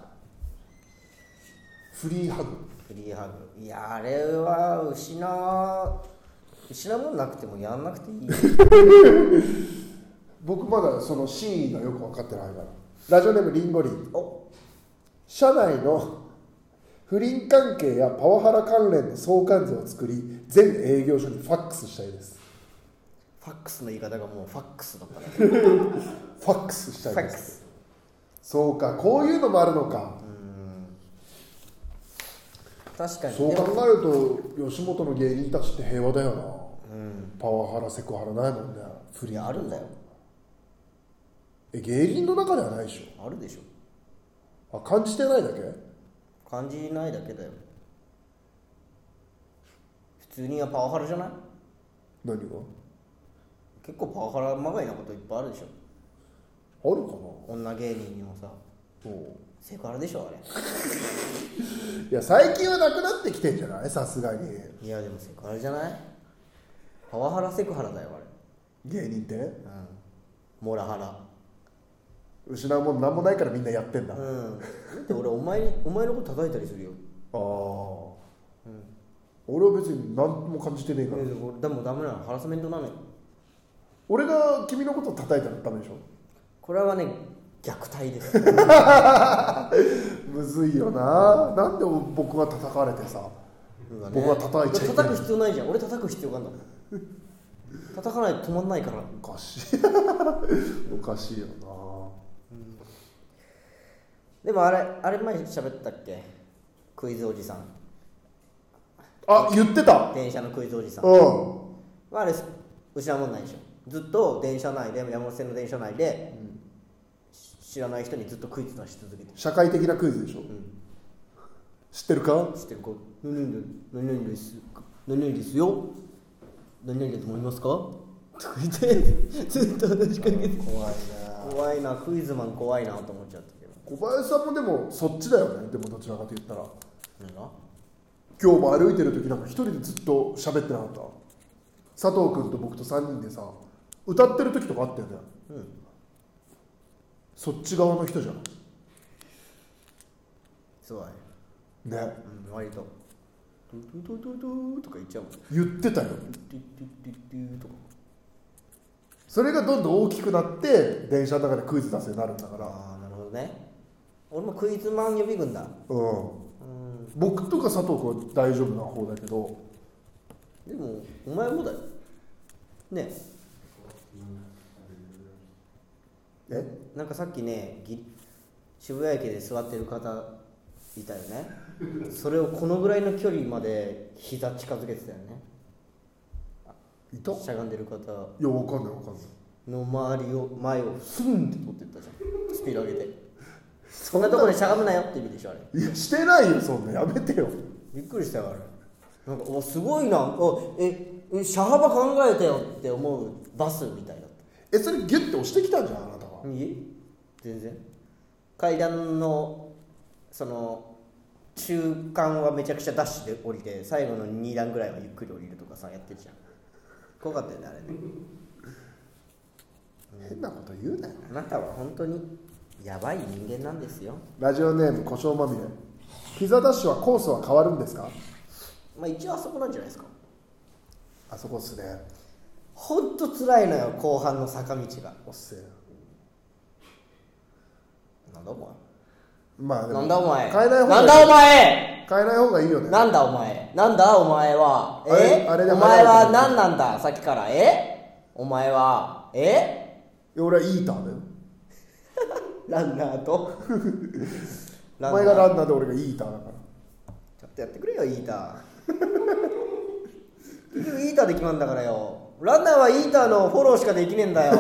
Speaker 2: フリーハグ
Speaker 1: フリーハグいやあれは失う失うもんなくてもやんなくていいよ
Speaker 2: 僕まだその真意がよく分かってないからラジオネームリンゴリン
Speaker 1: お
Speaker 2: 社内の不倫関係やパワハラ関連の相関図を作り全営業所にファックスしたいです
Speaker 1: ファックスの言い方がもうファックスだからね
Speaker 2: ファックスしたいで
Speaker 1: ファック
Speaker 2: す
Speaker 1: ス
Speaker 2: そうかこういうのもあるのか、
Speaker 1: 確かに
Speaker 2: そう
Speaker 1: でも
Speaker 2: 考えると吉本の芸人たちって平和だよな、パワハラセクハラないもんね不
Speaker 1: い
Speaker 2: 倫
Speaker 1: やあるんだよ
Speaker 2: え芸人の中ではないでし
Speaker 1: あるでしょ
Speaker 2: ょあ感じてないだけ
Speaker 1: 感じないだけだよ普通にはパワハラじゃない
Speaker 2: 何が
Speaker 1: 結構パワハラまがいなこといっぱいあるでしょ
Speaker 2: あるかな
Speaker 1: 女芸人にもさセクハラでしょあれ
Speaker 2: いや最近はなくなってきてんじゃないさすがに
Speaker 1: いやでもセクハラじゃないパワハラセクハラだよあ
Speaker 2: 芸人って
Speaker 1: れうんモラハラ
Speaker 2: 失うもんなんもないからみんなやってんだ、あ
Speaker 1: うんだって俺お前にお前のこと叩いたりする よ
Speaker 2: あ、俺は別に何も感じてねえから、
Speaker 1: えでもダメなのハラスメントなのよ
Speaker 2: 俺が君のこと叩いたらダメでしょ
Speaker 1: これはね虐待です
Speaker 2: むずいよななんで僕が叩かれてさ僕は叩いちゃいけない
Speaker 1: 叩く必要ないじゃん俺叩く必要があるんだもん叩かないと止まんないから
Speaker 2: おかしい おかしいよ
Speaker 1: でもあれあれ前喋ったっけクイズおじさん
Speaker 2: なあ言ってた
Speaker 1: 電車のクイズおじさん、
Speaker 2: うん
Speaker 1: まあ、あれ失うもんないでしょずっと電車内で山手線の電車内で、し知らない人にずっとクイズ出し続けて
Speaker 2: 社会的なクイズでしょ、知ってるか
Speaker 1: 知ってる子何々で何々です何々ですよ何々だと思いますかとか言ってずっと話しかけて
Speaker 2: 怖い
Speaker 1: 怖いなクイズマン怖いなと思っちゃったけど
Speaker 2: 小林さんもでもそっちだよねでもどちらかと言ったら
Speaker 1: 何が
Speaker 2: 今日も歩いてる時なんか一人でずっと喋ってなかった佐藤君と僕と3人でさ歌ってる時とかあったよね、そっち側の人じゃん
Speaker 1: すごい、
Speaker 2: ね
Speaker 1: うん、割と「ドゥドゥドゥドゥとか言っちゃうもん「
Speaker 2: 言ってたよ
Speaker 1: ドゥドゥドゥドゥとか
Speaker 2: それがどんどん大きくなって電車の中でクイズ出せになるんだから
Speaker 1: ああなるほどね俺もクイズマン予備軍だ
Speaker 2: うん
Speaker 1: うん
Speaker 2: 僕とか佐藤君は大丈夫な方だけど
Speaker 1: でもお前もだよね
Speaker 2: え
Speaker 1: なんかさっきねぎ渋谷駅で座ってる方いたよねそれをこのぐらいの距離まで膝近づけてたよね
Speaker 2: いたい
Speaker 1: しゃがんでる方
Speaker 2: やわかんないわかんない
Speaker 1: の周りを前をスンって取ってったじゃんスピード上げてそんなとこでしゃがむなよって意味でしょあれ
Speaker 2: いやしてないよそんなやめてよ
Speaker 1: びっくりしたよあれなんかおすごいなおええ車幅考えてよって思うバスみたいだっ
Speaker 2: えそれギュッて押してきたんじゃんあなたは
Speaker 1: たいえ全然階段のその中間はめちゃくちゃダッシュで降りて最後の2段ぐらいはゆっくり降りるとかさやってるじゃん怖かったよねあれね
Speaker 2: 変なこと言うなよ
Speaker 1: あなたは本当にやばい人間なんですよ
Speaker 2: ラジオネーム胡椒まみれピザダッシュはコースは変わるんですか
Speaker 1: まあ一応あそこなんじゃないですか
Speaker 2: あそこっすね
Speaker 1: ほんと辛いのよ後半の坂道が
Speaker 2: おっせえ
Speaker 1: なんだお前
Speaker 2: まあでも
Speaker 1: なんだお前
Speaker 2: 変えない方
Speaker 1: ない
Speaker 2: が
Speaker 1: ん
Speaker 2: い
Speaker 1: だお前
Speaker 2: 変えない方がいいよね
Speaker 1: なんだお前なんだお前は
Speaker 2: あれ
Speaker 1: え
Speaker 2: あれで
Speaker 1: お前
Speaker 2: 離れ
Speaker 1: は
Speaker 2: た
Speaker 1: 何なんださっきからえお前はえ
Speaker 2: いや俺はイーターだよ
Speaker 1: ランナーと
Speaker 2: お前
Speaker 1: ナ
Speaker 2: が
Speaker 1: ー
Speaker 2: ランナーで俺がイーターだから
Speaker 1: ちょっとやってくれよイーター結局イーターで決まんだからよランナーはイーターのフォローしかできねえんだ よ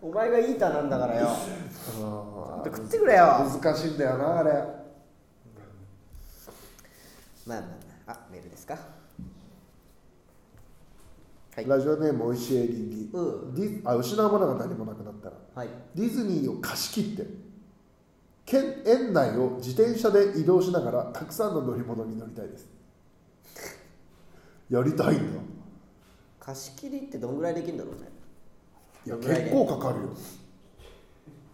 Speaker 1: お前がイーターなんだからよ
Speaker 2: あ
Speaker 1: ちょっと食ってくれよ
Speaker 2: ー難しいんだよなあれ
Speaker 1: まあまあまああメールですかはい
Speaker 2: ラジオネームおいしいエリンギ、
Speaker 1: うん
Speaker 2: ディズあ失うものが何もなくなったら
Speaker 1: はい
Speaker 2: ディズニーを貸し切って県園内を自転車で移動しながらたくさんの乗り物に乗りた いですやりたいんだ
Speaker 1: 貸し切りってどんぐらいできるんだろうね
Speaker 2: いや
Speaker 1: どんぐらいで
Speaker 2: 結構かかるよ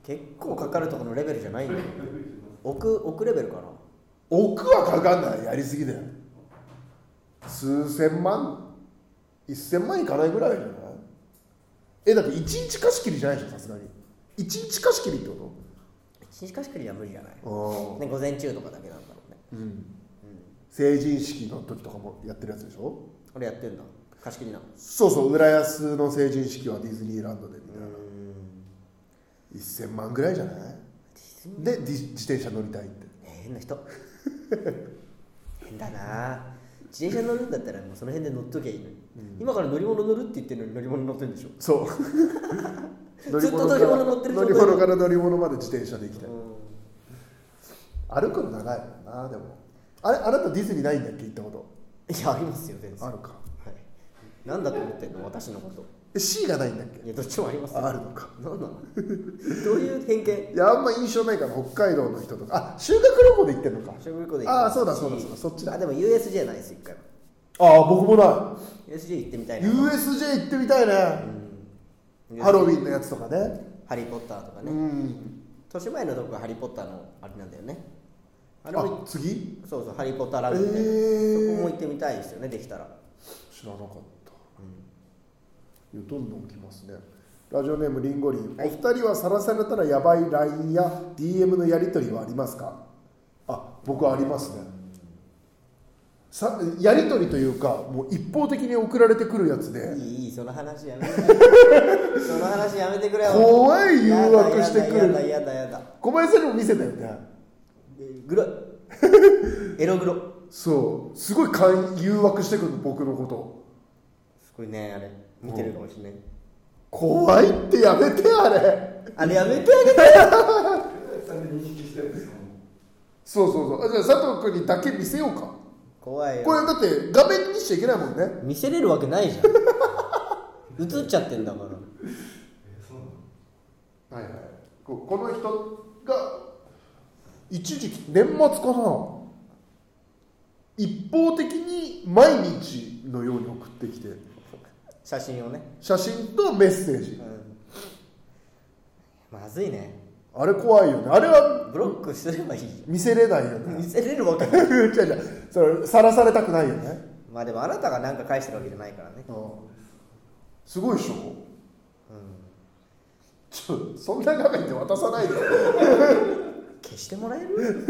Speaker 1: 結構かかるとこのレベルじゃないんだよ奥奥レベルかな
Speaker 2: 億はかかんないやりすぎだよ数千万一千万いかないぐらいじゃないえだって一日貸し切りじゃないでしょさすがに一日貸し切りってこ
Speaker 1: 一日貸し切りは無理じゃない、
Speaker 2: と
Speaker 1: ね、午前中とかだけなんだろうね
Speaker 2: うん成人式の時とかもやってるやつでしょ
Speaker 1: 俺やってんだ貸し切りなの
Speaker 2: そうそう浦安の成人式はディズニーランドでみたいな1000万ぐらいじゃないでディ自転車乗りたいって
Speaker 1: ね変な人 変だな自転車乗るんだったらもうその辺で乗っときゃいいのに、今から乗り物乗るって言ってるのに乗り物乗ってるんでしょ
Speaker 2: そう乗り物か
Speaker 1: ずっと乗り
Speaker 2: ら
Speaker 1: 物乗ってる状
Speaker 2: 乗
Speaker 1: 態
Speaker 2: り物から乗り物まで自転車で行きたい歩くの長いもんなでもあれあなたディズニーないんだっけ行ったこと
Speaker 1: いやありますよ全然
Speaker 2: あ
Speaker 1: はい
Speaker 2: るか
Speaker 1: 何だと思ってんの私のこと
Speaker 2: え C がないんだっけ
Speaker 1: いやどっちもありますよ
Speaker 2: ああるのか
Speaker 1: なんなの どういう偏見
Speaker 2: いやあんま印象ないから北海道の人とかあ修学旅行で行ってんのか
Speaker 1: 小学校で行った
Speaker 2: ああそうだそうだそうだそっちだ
Speaker 1: あでも USJ ないです一回も
Speaker 2: ああ僕もな
Speaker 1: USJ 行ってみたい
Speaker 2: い
Speaker 1: な
Speaker 2: USJ 行ってみたいねハロウィンのやつとかね
Speaker 1: ハリー・ポッターとかね、
Speaker 2: うん
Speaker 1: 豊島園のとこがハリー・ポッターのあれなんだよねあれも
Speaker 2: あ次
Speaker 1: そうそうハリー・ポッターランドで、
Speaker 2: えー
Speaker 1: そこも行ってみたいですよねできたら
Speaker 2: 知らなかった、いやどんどん来ますねラジオネームリンゴリン、お二人はさらされたらやばい LINE や DM のやり取りはありますかあ僕はありますねさやり取りというかもう一方的に送られてくるやつで
Speaker 1: いいいいその話やめ てその話やめてくれよ
Speaker 2: 怖い誘惑してく
Speaker 1: やだ
Speaker 2: る
Speaker 1: やだやだやだ
Speaker 2: 小林さんにも見せたよね
Speaker 1: えグ ロいエログロ
Speaker 2: そうすごいかん誘惑してくるの僕のこと
Speaker 1: すごいねあれ見てるかもしれない
Speaker 2: 怖いってやめてあれ
Speaker 1: あれやめてあげて
Speaker 4: さんで認識してるんですよ。
Speaker 2: そうそうそうあじゃあ佐藤君にだけ見せようか
Speaker 1: 怖いよ
Speaker 2: これだって画面にしちゃいけないもんね
Speaker 1: 見せれるわけないじゃん映っちゃってんだから
Speaker 4: えそう
Speaker 2: はいはい、ここの人が一時期年末かな一方的に毎日のように送ってきて
Speaker 1: 写真をね、
Speaker 2: 写真とメッセージ
Speaker 1: うん、まずいね
Speaker 2: あれ怖いよねあれは
Speaker 1: ブロックすればいいじ
Speaker 2: 見せれないよ
Speaker 1: ゃん見
Speaker 2: ね
Speaker 1: せれるわけない
Speaker 2: 違う違うそれさらされたくないよね、
Speaker 1: まあでもあなたが何か返してるわけじゃないからね
Speaker 2: うん、すごいでしょちょそんな画面で渡さないで
Speaker 1: 消してもらえる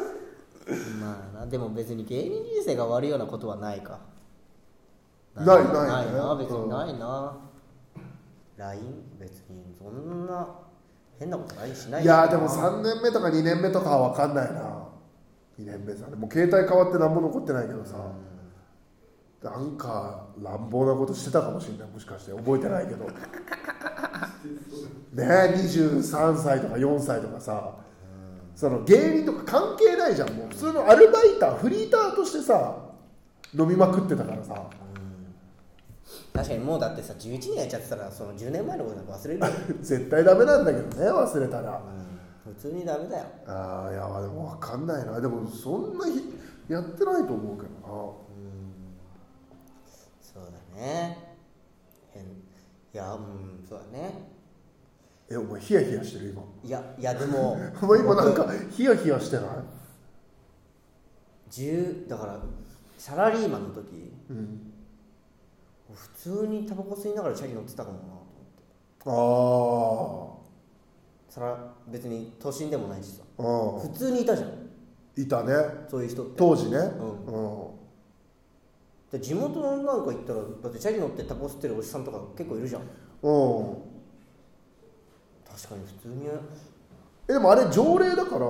Speaker 1: まあなでも別に芸人人生が悪いようなことはないか
Speaker 2: ないない
Speaker 1: ないな
Speaker 2: ね
Speaker 1: 別にないな、LINE 別にそんな変なことないしない
Speaker 2: いやーでも3年目とか2年目とかは分かんないな2年目さもう携帯変わって何も残ってないけどさなんか乱暴なことしてたかもしれないもしかして覚えてないけ どねえ23歳とか4歳とかさその芸人とか関係ないじゃんもう普通のアルバイターフリーターとしてさ飲みまくってたからさ
Speaker 1: 確かにもうだってさ11年やっちゃってたらその10年前のことなんか忘れるよ
Speaker 2: 絶対ダメなんだけどね忘れたら。
Speaker 1: 普通にダメだよ
Speaker 2: ああいやでも分かんないなでもそんなひやってないと思うけど
Speaker 1: そうだね変いやうんそうだね
Speaker 2: なえお前ヒヤヒヤしてる今
Speaker 1: いやいやでも
Speaker 2: お前今なんかヒヤヒヤしてない
Speaker 1: 10だからサラリーマンの時
Speaker 2: うん
Speaker 1: 普通にタバコ吸いながらチャリ乗ってたかもなと思って
Speaker 2: ああ
Speaker 1: サラ別に都心でもないしさ
Speaker 2: う
Speaker 1: 普通にいたじゃん
Speaker 2: んいたね
Speaker 1: そういう人って
Speaker 2: 当時
Speaker 1: ん
Speaker 2: ねう
Speaker 1: で地元のなんか行ったらだってチャリ乗ってタバコ吸ってるおじさんとか結構いるじゃん
Speaker 2: んうん
Speaker 1: 確かに普通に
Speaker 2: えでもあれ条例だから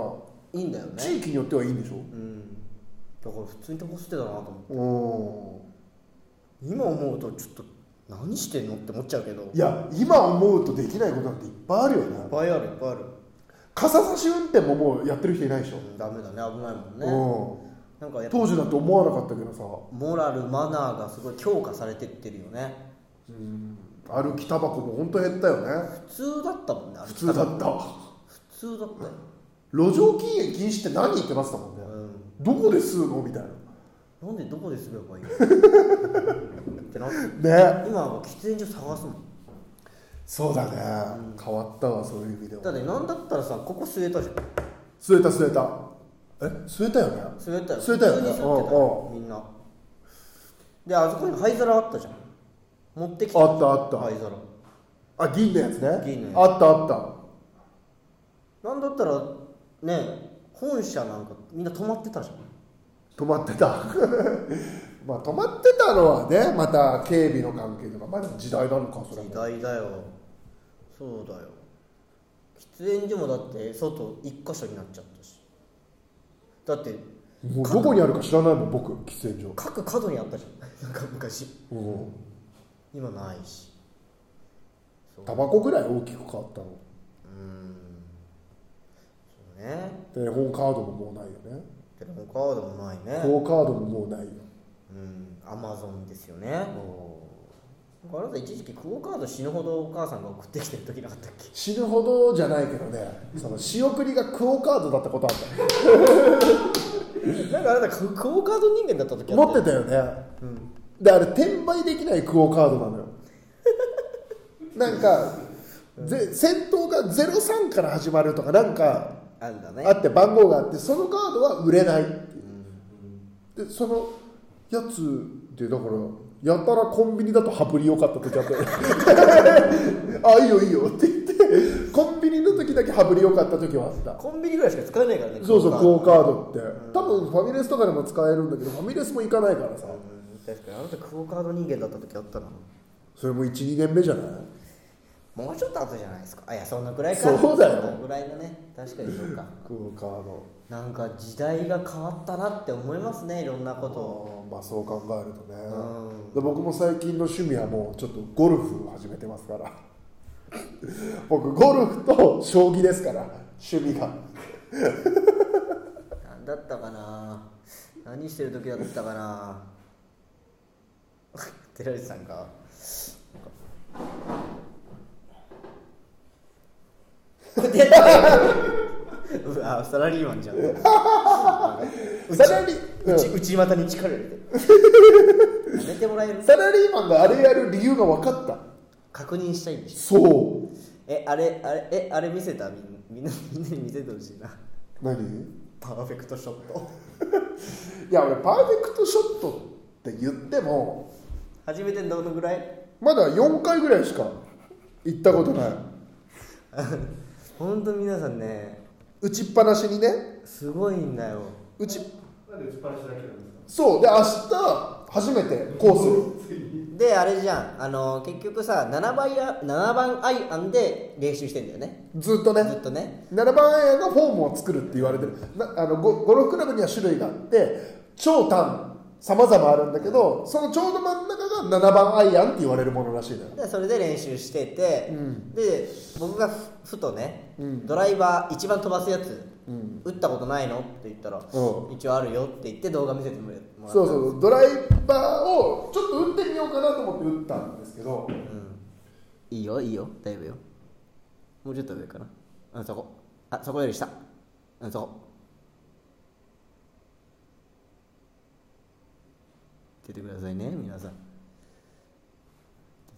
Speaker 1: いいんだよね
Speaker 2: 地域によってはいいんでしょ
Speaker 1: うんだから普通にタバコ吸ってたなと思って
Speaker 2: う
Speaker 1: 今思うとちょっと何してんのって思っちゃうけど
Speaker 2: んいや今思うとできないことなんていっぱいあるよ
Speaker 1: いっ
Speaker 2: ね
Speaker 1: ぱいあるいっぱいある、
Speaker 2: 傘差し運転ももうやってる人いないでしょ、
Speaker 1: うん、ダメだね危ないもんね
Speaker 2: う
Speaker 1: な
Speaker 2: ん
Speaker 1: んかやっぱ
Speaker 2: 当時だって思わなかったけどさ
Speaker 1: モラルマナーがすごい強化されてってるよね
Speaker 2: 歩きタバコも本当減ったよね
Speaker 1: 普通だったもんねあれ
Speaker 2: 普通だった
Speaker 1: 普通だったよ、
Speaker 2: 路上禁煙禁止って何言ってましたもんね
Speaker 1: う
Speaker 2: どこで吸うのみたい
Speaker 1: ん、なんでどこですればいいのってなって
Speaker 2: なね
Speaker 1: 今は喫煙所探すもん
Speaker 2: そうだね、変わったわそういう意味で
Speaker 1: だ
Speaker 2: は
Speaker 1: ってなんだったらさここ吸えたじゃん
Speaker 2: 吸えた吸えたえ吸えたよね
Speaker 1: 吸えたよ
Speaker 2: 吸えたよ
Speaker 1: 普通
Speaker 2: ね
Speaker 1: に吸ってたよみんなであそこに灰皿あったじゃん持ってきた
Speaker 2: あったあった
Speaker 1: 灰皿
Speaker 2: あ銀のやつね
Speaker 1: 銀のやつ
Speaker 2: あったあった
Speaker 1: なんだったらね本社なんかみんな止まってたじゃん
Speaker 2: 止まってた まあ止まってたのはねまた警備の関係とかまあでも時代なのかそれ
Speaker 1: 時
Speaker 2: も
Speaker 1: 代だよそうだよ喫煙所もだって外一箇所になっちゃったしだって
Speaker 2: もうどこにあるか知らないもん僕喫煙所
Speaker 1: 各角にあったじゃん なんか昔
Speaker 2: うん
Speaker 1: 今ないしそう
Speaker 2: タバコぐらい大きく変わったの
Speaker 1: そうね
Speaker 2: テレホンカードももうないよね
Speaker 1: テレホンカードもないね
Speaker 2: クオカードももうないよ、
Speaker 1: うんアマゾンですよね
Speaker 2: うん
Speaker 1: あなた一時期クオカード死ぬほどお母さんが送ってきてる時なかったっけ
Speaker 2: 死ぬほどじゃないけどねその仕送りがクオカードだったことあるんだよ
Speaker 1: なんかあなたククオカード人間だった時あ
Speaker 2: 持って
Speaker 1: て
Speaker 2: たよね、であれ転売できないクオカードなのよなんかぜ戦闘が03から始まるとかなんか
Speaker 1: あんだね
Speaker 2: あって番号があってそのカードは売れないでそのやつでだからやたらコンビニだと羽振り良かった時あって「あいいよいいよ」って言ってコンビニの時だけ羽振り良かった時はあった
Speaker 1: コンビニぐらいしか使えないからね
Speaker 2: そうそうク
Speaker 1: クオ
Speaker 2: オ
Speaker 1: カ
Speaker 2: カードって多分ファミレスとかでも使えるんだけどファミレスも行かないから
Speaker 1: ー
Speaker 2: さ
Speaker 1: ドうん確かにあなたクオカード人間だった時あったな
Speaker 2: それも12年目じゃない
Speaker 1: もうちょっと後じゃないですかあいやそんなぐらいか
Speaker 2: そうだよ
Speaker 1: そんなぐらいのね確かにそうか
Speaker 2: クオカード
Speaker 1: なんか時代が変わったなって思いますねいろんなことを
Speaker 2: あーまあそう考えるとね
Speaker 1: うん
Speaker 2: で僕も最近の趣味はもうちょっとゴルフを始めてますから 僕ゴルフと将棋ですから趣味が
Speaker 1: 何だったかな何してる時だったかな 寺内さんが出た うわサラリーマンじゃん
Speaker 2: サラリ,、う
Speaker 1: 内
Speaker 2: ん、
Speaker 1: 内股に力入 れてやめてもらえる
Speaker 2: サラリーマンがあれやる理由が分かった
Speaker 1: 確認したいんでしょ
Speaker 2: そう
Speaker 1: えあれあれえあれ見せたみんみんなみんなに見せてほしいな
Speaker 2: 何
Speaker 1: パーフェクトショット
Speaker 2: いや俺パーフェクトショットって言っても
Speaker 1: 初めてどのぐらい
Speaker 2: まだ4回ぐらいしか行ったことない
Speaker 1: 本当皆さんね
Speaker 2: 打ちっぱなしにね
Speaker 1: すごいんだよ
Speaker 2: 打ち
Speaker 4: なんで打ちっぱなしだけなんですか
Speaker 2: そうで明日初めてコース
Speaker 1: であれじゃんあの結局さ7番や7番アイアンで練習してんだよね
Speaker 2: ずっとね
Speaker 1: ずっとね
Speaker 2: 7番アイアンがフォームを作るって言われてるなあのゴゴルフクラブには種類があって長短さまざまあるんだけどそのちょうど真ん中が7番アイアンって言われるものらしいのよ
Speaker 1: でそれで練習してて、
Speaker 2: ん
Speaker 1: で僕がふふとね、
Speaker 2: うん
Speaker 1: ドライバー一番飛ばすやつ、
Speaker 2: うん
Speaker 1: 打ったことないのって言ったら、
Speaker 2: う
Speaker 1: 一応あるよって言って動画見せてもらっ
Speaker 2: そう
Speaker 1: う、
Speaker 2: そうドライバーをちょっと打ってみようかなと思って打ったんですけど
Speaker 1: うん、いいよいいよだいぶよもうちょっと上かなあそこあそこより下うんそこ出てくださいね皆さん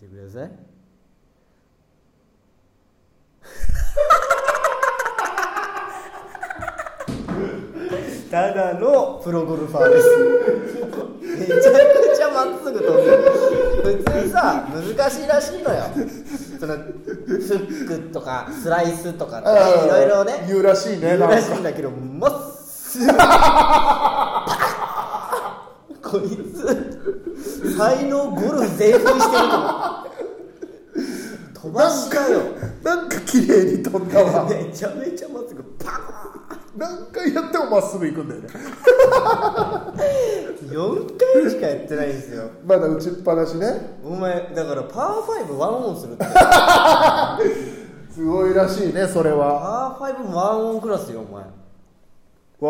Speaker 1: 出てください ただのプロゴルファーですめちゃくちゃまっすぐ飛ぶ普通さ難しいらしいのよそのフックとかスライスとかってねいろいろね
Speaker 2: 言うらしいね
Speaker 1: 言う
Speaker 2: なん
Speaker 1: ら しい
Speaker 2: か
Speaker 1: んだけどまっすぐこいつ才能ゴルフ全振りしてると思う飛ばしだよ
Speaker 2: なんか綺麗に飛ん だわ
Speaker 1: めちゃめちゃまっすぐパーン
Speaker 2: 何回やってもまっすぐ行くんだよね
Speaker 1: 4回しかやってないんですよ
Speaker 2: まだ打ちっぱなしね
Speaker 1: お前だからパー5ワンオンするって
Speaker 2: すごいらしいねそれは
Speaker 1: パー5ワンオンクラスよお前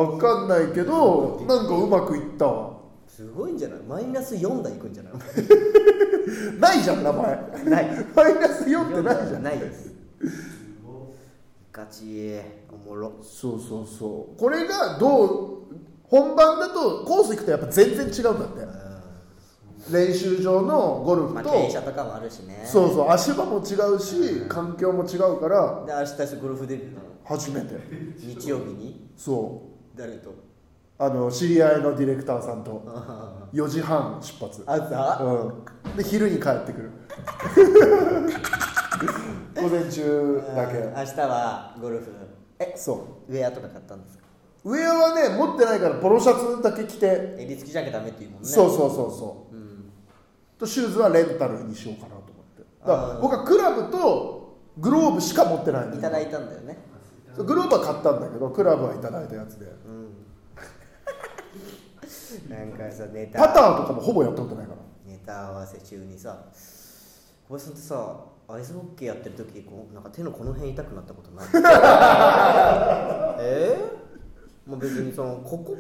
Speaker 2: わかんないけどなんかうまくいったわ
Speaker 1: すごいんじゃないマイナス4台いくんじゃない
Speaker 2: ないじゃん名前
Speaker 1: お前ない
Speaker 2: マイナス4ってないじゃん
Speaker 1: ないですガチおもろ
Speaker 2: そうそうそうこれがどう本番だとコース行くとやっぱ全然違うんだって練習場のゴル
Speaker 1: ま
Speaker 2: フ
Speaker 1: あ、
Speaker 2: と、
Speaker 1: 傾斜とかもあるしね
Speaker 2: そうそう足場も違うし環境も違うから
Speaker 1: で明日ゴルフデビューなの
Speaker 2: 初めて
Speaker 1: 日曜日に
Speaker 2: そ
Speaker 1: 誰と
Speaker 2: うあの知り合いのディレクターさんと4時半出発
Speaker 1: 朝
Speaker 2: うんで昼に帰って くる午前中だ
Speaker 1: うん
Speaker 2: け
Speaker 1: 明日はゴルフえ
Speaker 2: そう
Speaker 1: ウェアとか買ったんですか
Speaker 2: 上はね持ってないからポロシャツだけ着て、
Speaker 1: 襟付きじゃなきゃダメっていうもんね
Speaker 2: そうそうそうそう、とシューズはレンタルにしようかなと思ってだか
Speaker 1: あ
Speaker 2: ら
Speaker 1: ー
Speaker 2: 僕はクラブとグローブしか持ってないん
Speaker 1: い
Speaker 2: だ
Speaker 1: た
Speaker 2: よ
Speaker 1: だいたんだよね
Speaker 2: そうグローブは買ったんだけどクラブはいただいたやつで
Speaker 1: なんかさネタ
Speaker 2: パターとかもほぼやったことないから
Speaker 1: ネタ合わせ中にさ小林さんってさアイスホッケーやってる時こうなんか手のこの辺痛くなったことない ええもう別にそのここ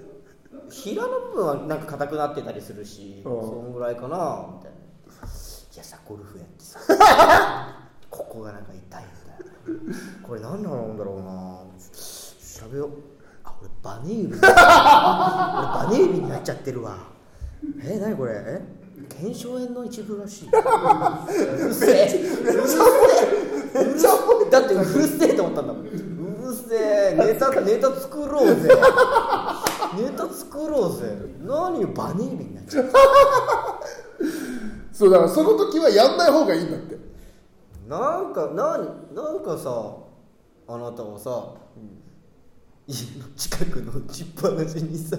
Speaker 1: 平の部分はなんか硬くなってたりするし、
Speaker 2: うん
Speaker 1: そんぐらいかなみたいなやさゴルフやってさ ここがなんか痛いんだよこれ何なんだろうなしゃべようあ俺バネ指俺バネ指になっちゃってるわえ何これえ腱鞘炎の一部ら しいうるせえめっちゃ重いめっちゃ重いだってうるせえと思ったんだもんうるせえネタネタ作ろうぜネタ作ろうぜ何バネ指になっちゃった
Speaker 2: そうだからその時はやんない方がいいんだって
Speaker 1: なんかなんなんかさあなたはさ、家の近くの打ちっぱなしにさ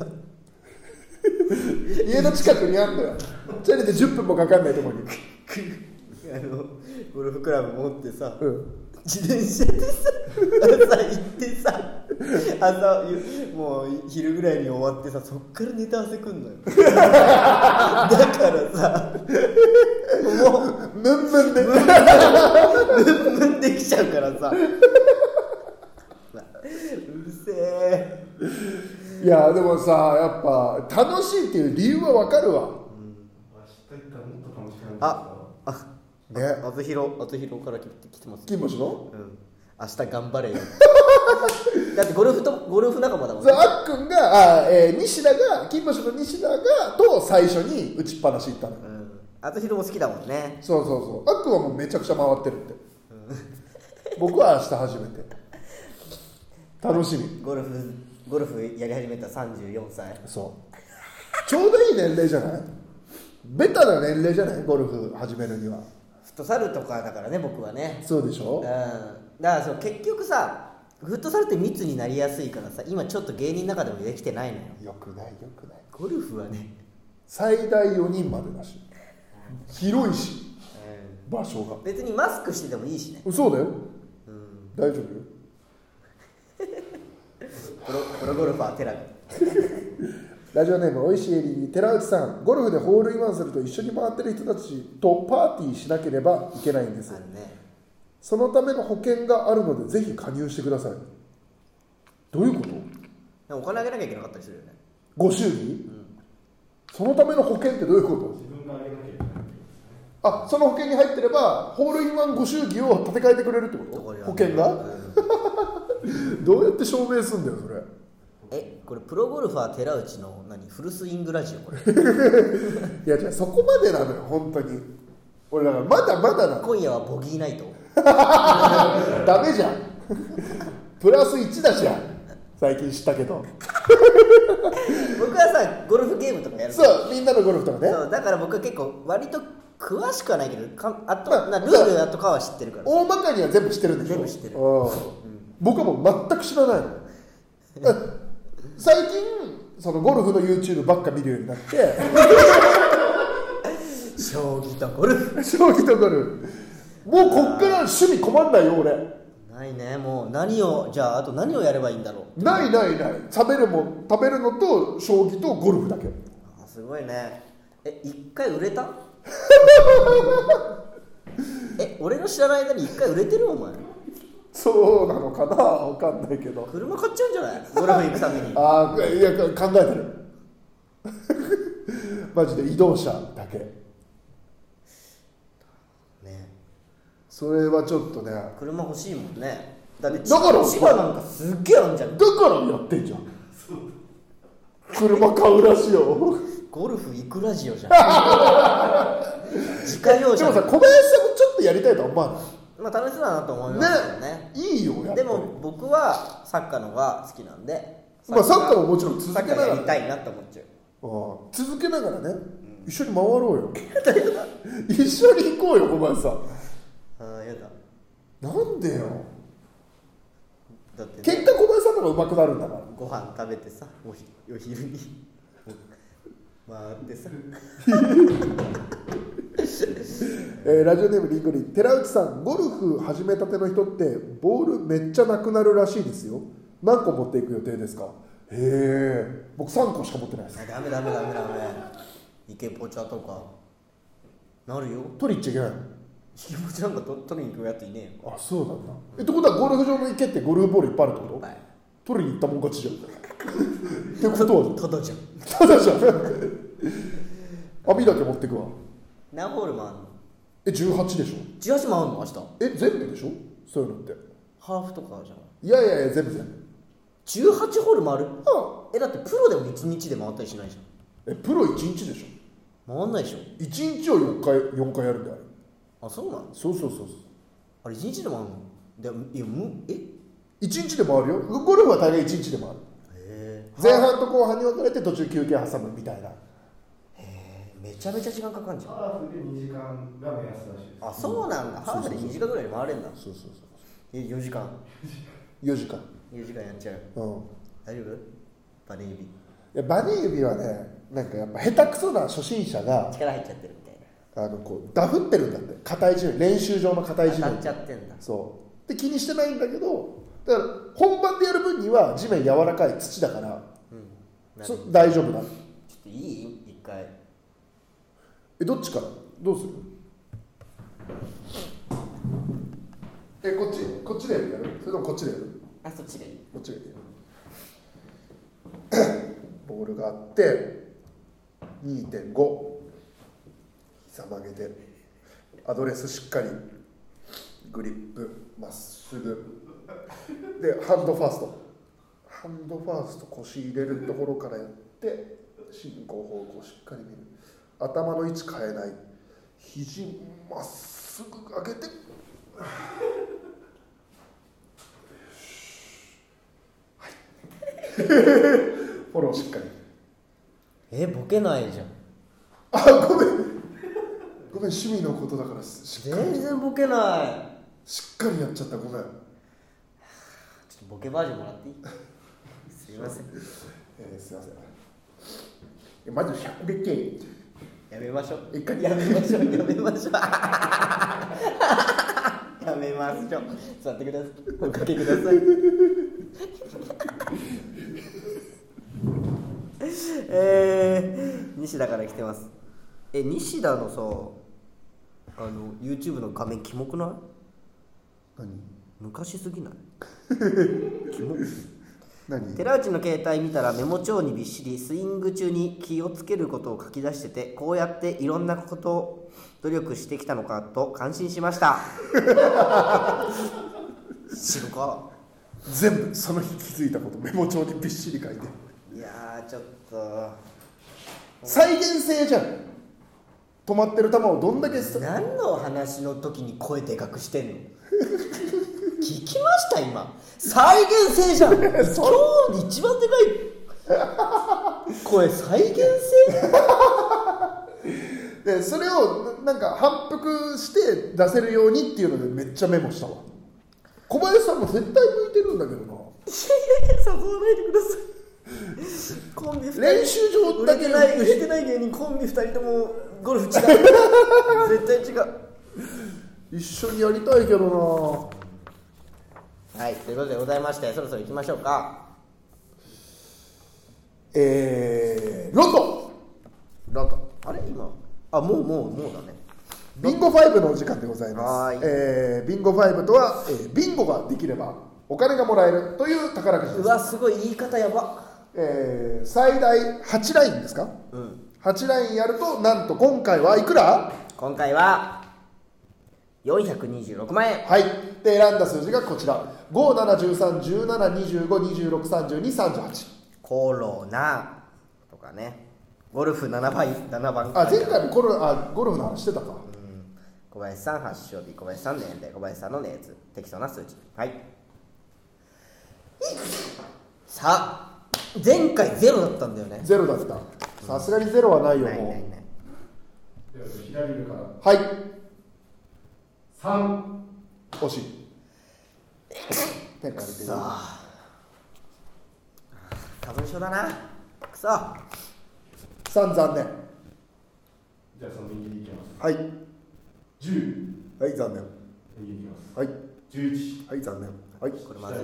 Speaker 2: 家の近くにあんのよチャリで10分もかかんないところに
Speaker 1: あのゴルフクラブ持ってさ、
Speaker 2: うん
Speaker 1: 自転車でさ朝行ってさ朝ゆもう昼ぐらいに終わってさそっからネタ汗くんのよだからさもう
Speaker 2: ムンムンで
Speaker 1: ムンムンできちゃうからさうるせえ
Speaker 2: いやでもさやっぱ楽しいっていう理由はわかるわ
Speaker 4: 明日行ったらもっと楽しくなるんですよ
Speaker 1: ああ
Speaker 2: ね
Speaker 1: あずひろ、あずひろから来て来てます。
Speaker 2: 金星の
Speaker 1: うん。明日頑張れよ。だってゴルフとゴルフ仲間だもん
Speaker 2: そ
Speaker 1: ね
Speaker 2: う。あっくんがあ、えー西田が金星の西田がと最初に打ちっぱなし行ったのよ
Speaker 1: うん。あずひろも好きだもんね。
Speaker 2: そうそうそうあっくんはもうめちゃくちゃ回ってるって、僕は明日初めて楽しみ
Speaker 1: ゴルフゴルフやり始めた三十四歳。
Speaker 2: そうちょうどいい年齢じゃないベタな年齢じゃないゴルフ始めるには
Speaker 1: フットサルとかだからね僕はね。
Speaker 2: そうでし
Speaker 1: う
Speaker 2: ょ
Speaker 1: ん。だからそう結局さ。フットサルって密になりやすいからさ今ちょっと芸人の中でもできてないのよ
Speaker 2: よくないよくない
Speaker 1: ゴルフはね、
Speaker 2: 最大4人までだし広いし
Speaker 1: う
Speaker 2: 場所が
Speaker 1: ん、別にマスクしててもいいしね
Speaker 2: そうだよ
Speaker 1: うん
Speaker 2: 大丈夫よ
Speaker 1: プロプロゴルファーテラ
Speaker 2: ラジオネームおいしいエリー寺内さんゴルフでホールインワンすると一緒に回ってる人たちとパーティーしなければいけないんです
Speaker 1: あるね
Speaker 2: そのための保険があるのでぜひ加入してくださいどういうこと
Speaker 1: でもお金あげなきゃいけなかったりするよね
Speaker 2: ご祝儀、そのための保険ってどういうこ
Speaker 4: 自分があげなきゃいけない
Speaker 2: とあその保険に入ってればホールインワンご祝儀を立て替えてくれるってこと
Speaker 1: これは
Speaker 2: 保険が
Speaker 1: うん
Speaker 2: どうやって証明すんだよそれ
Speaker 1: えこれプロゴルファー寺内の何フルスイングラジオこれ
Speaker 2: いやじゃあそこまでなのよ本当に俺だからまだまだなの
Speaker 1: 今夜はボギーナイト
Speaker 2: ダメじゃんプラス1だしや最近知ったけど
Speaker 1: 僕はさゴルフゲームとかやるから
Speaker 2: そうみんなのゴルフとかね
Speaker 1: そうだから僕は結構割と詳しくはないけどかあと、
Speaker 2: まあ
Speaker 1: なルールとかは知ってるから
Speaker 2: 大まかには全部知ってるんでしょ
Speaker 1: 全部知ってる
Speaker 2: うん僕はもう全く知らないのあ最近そのゴルフの YouTube ばっか見るようになって
Speaker 1: 将棋とゴルフ
Speaker 2: 将棋とゴルフもうこっから趣味困んないよ俺
Speaker 1: ないねもう何をじゃああと何をやればいいんだろう
Speaker 2: ないないない食べるもん食べるのと将棋とゴルフだけ
Speaker 1: あすごいねえ一回売れ たえ俺の知らない間に一回売れてるお前
Speaker 2: そうなのかなわかんないけど
Speaker 1: 車買っちゃうんじゃないゴルフ行くために
Speaker 2: ああいや考えてる マジで移動車だけ
Speaker 1: ね
Speaker 2: それはちょっとねだか
Speaker 1: 車欲しいもんねだって
Speaker 2: だから
Speaker 1: 千葉なんかすっげえあんじゃん
Speaker 2: らやってんじゃん車買うらしいよ
Speaker 1: ゴルフ行くラジオじゃ ん自家用
Speaker 2: で
Speaker 1: 車
Speaker 2: もさ小林さんもちょっとやりたいとは思わ
Speaker 1: まあ楽しそうだなと思い
Speaker 2: な
Speaker 1: ま
Speaker 2: い
Speaker 1: すけどね
Speaker 2: ねいいよやっぱり
Speaker 1: でも僕はサッカーの方が好きなんで
Speaker 2: まあサッカー
Speaker 1: は
Speaker 2: ももちろん続
Speaker 1: サ
Speaker 2: け
Speaker 1: ッカ
Speaker 2: なが
Speaker 1: ー
Speaker 2: ら
Speaker 1: やりたいなと思っちゃう
Speaker 2: うん続けながらね、一緒に回ろうよ 一緒に行こうよ小林さん
Speaker 1: ああやだ
Speaker 2: なんでよ
Speaker 1: だって、ね、
Speaker 2: 結果小林さんの方が上手くなるんだから
Speaker 1: ご飯食べてさおひお昼に回ってさ
Speaker 2: えーラジオネームリンゴリン寺内さんゴルフ始めたての人ってボールめっちゃなくなるらしいですよ何個持っていく予定ですかへえ僕3個しか持ってないです
Speaker 1: あダメダメダメダメ池ポチャとかなるよ
Speaker 2: 取り行っちゃいけない
Speaker 1: 池ポチャなんかと取りに行くやついねえよ
Speaker 2: のあそうなんだえってことはゴルフ場の池ってゴルフボールいっぱいあるってこと、
Speaker 1: はい
Speaker 2: 取りに行ったもん勝ちじゃんってこと
Speaker 1: トドじゃん
Speaker 2: はただじゃん網だけ持ってくわ
Speaker 1: 何ホールもあんの
Speaker 2: え18でしょ
Speaker 1: 18もあんの明日
Speaker 2: え全部でしょそういうのって
Speaker 1: ハーフとかじゃん
Speaker 2: いやいやいや全部全部
Speaker 1: 18ホール回る
Speaker 2: あ
Speaker 1: えだってプロでも1日で回ったりしないじ
Speaker 2: えプロ1日でしょ
Speaker 1: ゃん回んないでしょ
Speaker 2: 1日を4回4回やるんだよあれ
Speaker 1: あそうなの
Speaker 2: そうそうそうそう
Speaker 1: あれ1日で回んのでいやむえ
Speaker 2: 1日でもあるよゴルフは大概1日でもある
Speaker 1: へ
Speaker 2: 前半と後半に分かれて途中休憩挟むみたいな
Speaker 1: えめちゃめちゃ時間かかんじゃん
Speaker 4: ハーフで2時間が目安らしいです。
Speaker 1: あそうなんだハーフで2時間ぐらいで回れんだ
Speaker 2: そうそう
Speaker 1: え4時間
Speaker 2: そう4時間
Speaker 1: 4時間やっちゃう
Speaker 2: うん
Speaker 1: 大丈夫バネ指
Speaker 2: いやバニー指はねなんかやっぱ下手くそな初心者が
Speaker 1: 力入っちゃってるみたいな
Speaker 2: あのこうダフってるんだって硬い地面練習場の硬い地
Speaker 1: 当たっちゃ
Speaker 2: 面
Speaker 1: ってんだ
Speaker 2: そうで気にしてないんだけどだから本番でやる分には地面柔らかい土だから
Speaker 1: うんなる
Speaker 2: そ
Speaker 1: ほど
Speaker 2: 大丈夫だ
Speaker 1: ちょっといい一回
Speaker 2: えどっちからどうする
Speaker 3: えこっちこっちでやるそれともこっちでやる
Speaker 1: あそっちでいい
Speaker 2: こっちがいい
Speaker 3: ボールがあって2.5膝曲げてアドレスしっかりグリップまっすぐでハンドファーストハンドファースト腰入れるところからやって進行方向しっかり見る頭の位置変えない肘まっすぐ上げてフォローしっかり
Speaker 1: えボケないじゃん
Speaker 3: あごめんごめん趣味のことだからししっかり
Speaker 1: 全然ボケない
Speaker 3: しっかりやっちゃったごめん、
Speaker 1: ちょっとボケバージョンもらっていいすいま せん
Speaker 3: えー、すいませんえまず100でけ
Speaker 1: やめましょう
Speaker 3: 一回
Speaker 1: やめましょうやめましょう やめましょう座ってくださいおかけください えー、西田から来てますえ西田のさあの YouTube の画面キモくない
Speaker 3: 何
Speaker 1: 昔すぎないキモ
Speaker 3: 何
Speaker 1: 寺内の携帯見たらメモ帳にびっしりスイング中に気をつけることを書き出しててこうやっていろんなことを努力してきたのかと感心しました知るか
Speaker 3: 全部その日気づいたことメモ帳にびっしり書いて
Speaker 1: いやーちょっと
Speaker 2: 再現性じゃん止まってる球をどんだけさ
Speaker 1: 何の話の時に声でかくしてんの聞きました今再現性じゃん今日一番でかい声再現性
Speaker 2: でそれをななんか反復して出せるようにっていうのでめっちゃメモしたわ小林さんも絶対向いてるんだけどない
Speaker 1: やいや誘わないでくださいコンビ2人
Speaker 2: 練習場
Speaker 1: 売
Speaker 2: だ
Speaker 1: れ
Speaker 2: け
Speaker 1: てない売れてない芸人コンビ2人ともゴル フ違う絶対違う
Speaker 2: 一緒にやりたいけど
Speaker 1: はいということでございましてそろそろ行きましょうか
Speaker 2: なえー、ロト
Speaker 1: なんかあれ今あもうもうもうだね
Speaker 2: ビンゴ5のお時間でございま
Speaker 1: は
Speaker 2: す
Speaker 1: ーい、
Speaker 2: えー、ビンゴ5とは、えービンゴができればお金がもらえるという宝くじで
Speaker 1: う
Speaker 2: す、
Speaker 1: わすごい言い方やば
Speaker 2: えー、最大8ラインですか
Speaker 1: うん
Speaker 2: 8ラインやるとなんと今回はいくら
Speaker 1: 今回は426万円
Speaker 2: はい、で選んだ数字がこちら57131725263238
Speaker 1: コロナとかねゴルフ7倍7番
Speaker 2: あ前回もコロナあゴルフの話してたか
Speaker 1: 小林さん発症日小林さんの年齢小林さんの熱適当な数値はいさあ前回ゼロだったんだよね
Speaker 2: ゼロだったさすがにゼロはないよ
Speaker 1: ないな
Speaker 2: も
Speaker 1: いない
Speaker 4: では左上から
Speaker 2: うはい
Speaker 4: 三
Speaker 2: 惜 しい天下出てる
Speaker 1: さあ花粉症だなくそ
Speaker 2: 3残念
Speaker 4: じゃあその右に行きます。
Speaker 2: はい
Speaker 4: 十
Speaker 2: はい残念
Speaker 4: 右に行きます。
Speaker 2: はい
Speaker 4: 十一
Speaker 2: はい残念はい
Speaker 1: これまずいまず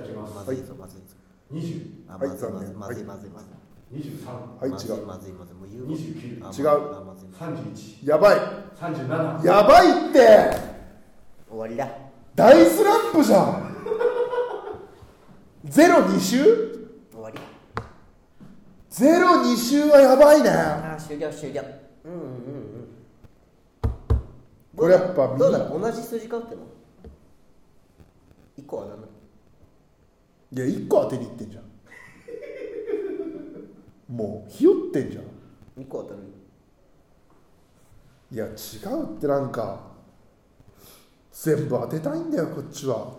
Speaker 1: いぞまずいぞ
Speaker 4: 二十
Speaker 1: あ
Speaker 2: はい
Speaker 1: まずい
Speaker 2: 残念
Speaker 1: まずいまずいまずい
Speaker 4: 二十三
Speaker 2: はい
Speaker 1: まず
Speaker 2: 違う
Speaker 1: まずいまずいまずいもう言う
Speaker 4: 二十九
Speaker 1: あ
Speaker 2: 違う
Speaker 1: まずいあまずい
Speaker 4: 三十一
Speaker 2: やばい
Speaker 4: 三十七
Speaker 2: やばいって
Speaker 1: 終わりだ
Speaker 2: 大スランプじゃん ゼロ2周
Speaker 1: 終わり
Speaker 2: ゼロ2周はやばいね
Speaker 1: ああ終了終了うんうんうん
Speaker 2: これやっぱ
Speaker 1: どうだろう同じ数字かっても1個はダメ
Speaker 2: いや1個当てにいってんじゃんもうひよってんじゃん
Speaker 1: 2個当たる
Speaker 2: いや違うってなんか全部当てたいんだよこっちは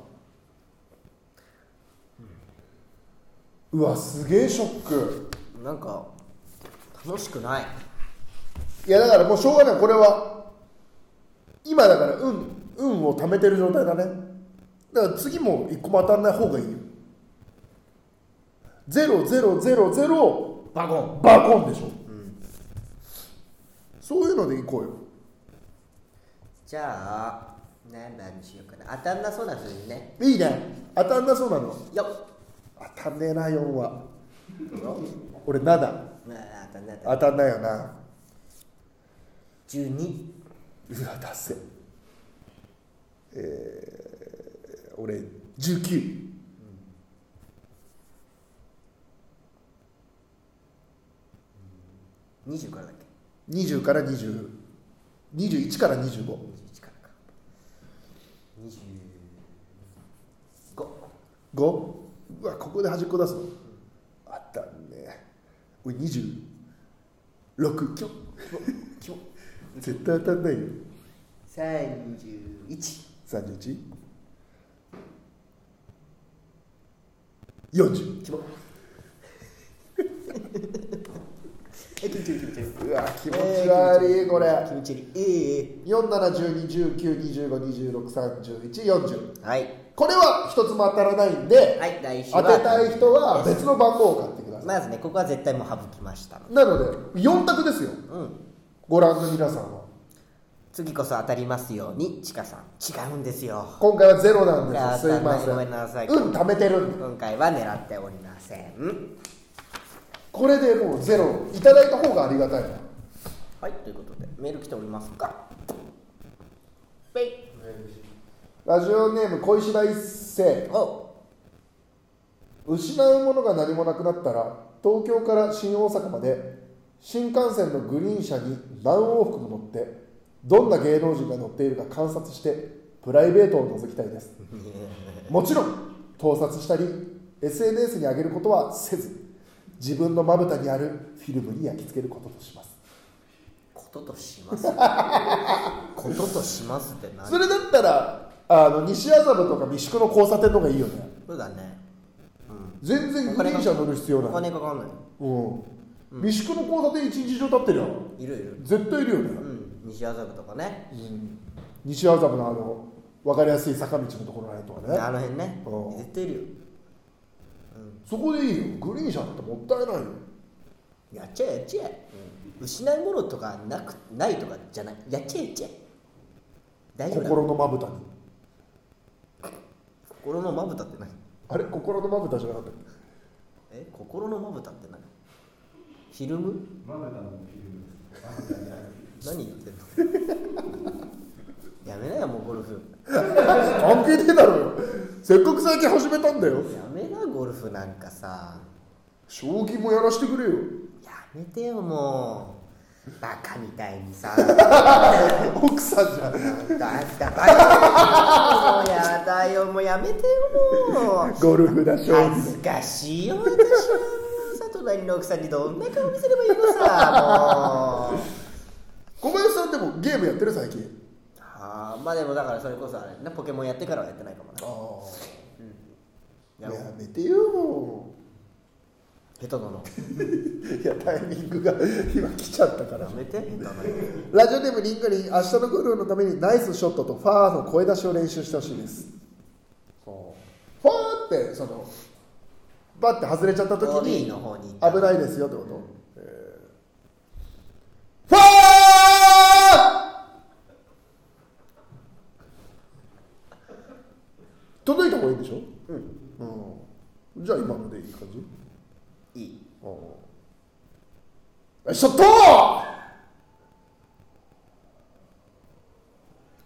Speaker 2: うわすげえショック
Speaker 1: なんか楽しくない
Speaker 2: いやだからもうしょうがないこれは今だから運運を貯めてる状態だねだから次も一個も当たんない方がいいよゼロゼロゼロゼロ
Speaker 1: バゴン
Speaker 2: バコンでしょ、そういうのでいこうよ
Speaker 1: じゃあ何番にしようかな当たんなそうな数字ね
Speaker 2: いいね当たんなそうなの
Speaker 1: よっ
Speaker 2: 当たんねえな4は俺7
Speaker 1: まあ当たんな当た
Speaker 2: 当
Speaker 1: ん
Speaker 2: たんないよな
Speaker 1: 12
Speaker 2: うわ達成えー、俺19
Speaker 1: 20からだっけ
Speaker 2: 20から2021から25
Speaker 1: 21からか25
Speaker 2: 5うわここで端っこ出すの当たんねえ俺26キョキョ絶対当たんないよ
Speaker 1: 31
Speaker 2: 3140キモ
Speaker 1: え気持ちいい気持ちいいう
Speaker 2: わ気持ち悪いこれ
Speaker 1: 気持ちいいええ
Speaker 2: 471219263140
Speaker 1: はい
Speaker 2: これは一つも当たらないんで
Speaker 1: はい来週
Speaker 2: 当
Speaker 1: は
Speaker 2: てたい人は別の番号を買ってくださ
Speaker 1: まずねここは絶対もう省きました
Speaker 2: いなので4択ですよ
Speaker 1: うん
Speaker 2: ご覧の皆さんは
Speaker 1: 次こそ当たりますようにちかさん違うんですよ
Speaker 2: 今回はゼロなんです
Speaker 1: い
Speaker 2: す
Speaker 1: や
Speaker 2: いませ
Speaker 1: ご
Speaker 2: ん
Speaker 1: めんなさい
Speaker 2: うん貯めてるんで
Speaker 1: 今回は狙っておりません
Speaker 2: これでもうゼロいただいた方がありがたいな
Speaker 1: はいということでメール来ておりますかペイ
Speaker 2: ラジオネーム小石田一世
Speaker 1: お
Speaker 2: 失うものが何もなくなったら東京から新大阪まで新幹線のグリーン車に何往復も乗ってどんな芸能人が乗っているか観察してプライベートを覗きた いですもちろん盗撮したり SNS に上げることはせず自分のまぶたにあるフィルムに焼き付けることとします
Speaker 1: こととし ますこととしますって何
Speaker 2: それだったらあの西麻布とか三宿の交差点とかいいよね
Speaker 1: そうだね
Speaker 2: 全然グリーン車乗る必要
Speaker 1: お
Speaker 2: ない、
Speaker 1: 金かかんない
Speaker 2: うん、三宿の交差点一日中立ってるよ
Speaker 1: いるいる
Speaker 2: 絶対いるよね、
Speaker 1: うん西麻布とかね
Speaker 2: 西麻布のあの分かりやすい坂道のところらへんとかね
Speaker 1: あの辺ね
Speaker 2: うん
Speaker 1: 絶対いるよ
Speaker 2: そこでいいよグリーン車だってもったいないよ
Speaker 1: やっちゃえやっちゃえ、失うものとかなくないとかじゃないやっちゃえやっちゃえ大丈夫だ
Speaker 2: 心のまぶたに
Speaker 1: 心のまぶたって何
Speaker 2: あれ心のまぶたじゃなかったっけ
Speaker 1: え心のまぶたって何フィルム
Speaker 4: まぶたのフィルムです。まぶたにある
Speaker 1: 何言ってんのやめなよもうゴルフ
Speaker 2: 関係ねえだろよせっかく最近始めたんだよ
Speaker 1: やめなゴルフなんかさ
Speaker 2: 将棋もやらしてくれよ
Speaker 1: やめてよもうバカみたいにさ
Speaker 2: 奥さんじゃん
Speaker 1: だだバカもうやだよもうやめてよもう
Speaker 2: ゴルフだ将棋
Speaker 1: 恥ずかしいよ私はさ隣の奥さんにどんな顔見せればいいのさもう
Speaker 2: 小林さんでもゲームやってる最近
Speaker 1: あーまあでもだからそれこそあれねポケモンやってからはやってないかもな
Speaker 2: あ
Speaker 1: や
Speaker 2: あ
Speaker 1: ろう
Speaker 2: やめてよも
Speaker 1: 下手だな
Speaker 2: ういやタイミングが今来ちゃったから
Speaker 1: やめて下手だな
Speaker 2: ラジオネームリンゴリン明日のゴルフのためにナイスショットとファーの声出しを練習してほしいですファーってそのバッて外れちゃった時
Speaker 1: OB
Speaker 2: に
Speaker 1: の方に行った
Speaker 2: 危ないですよってこと、えーファー届いた方がいいんでしょうん、じゃあ今のでいい感じ
Speaker 1: いい
Speaker 2: あショット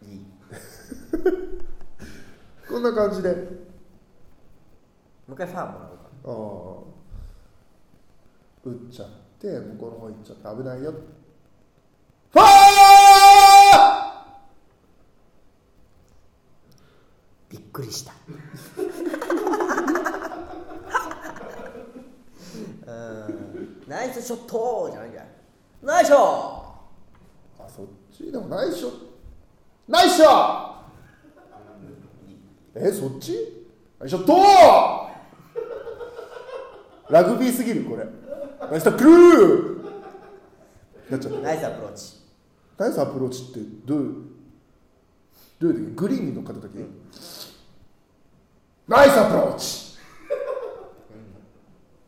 Speaker 1: いい
Speaker 2: こんな感じで
Speaker 1: もう一回ファンもらおうか
Speaker 2: ああ打っちゃって向こうの方行っちゃって危ないよファー
Speaker 1: くりしたうんナイスショットじゃないんだよナイスショッ
Speaker 2: あそっちでもないっしょないっしょえそっちないっしょとラグビーすぎるこれナイスタックルなっちゃっ
Speaker 1: ト
Speaker 2: た
Speaker 1: ナイスアプローチ
Speaker 2: ナイスアプローチってどういうどういう時グリーンに乗っかった時、ナイスアプローチ、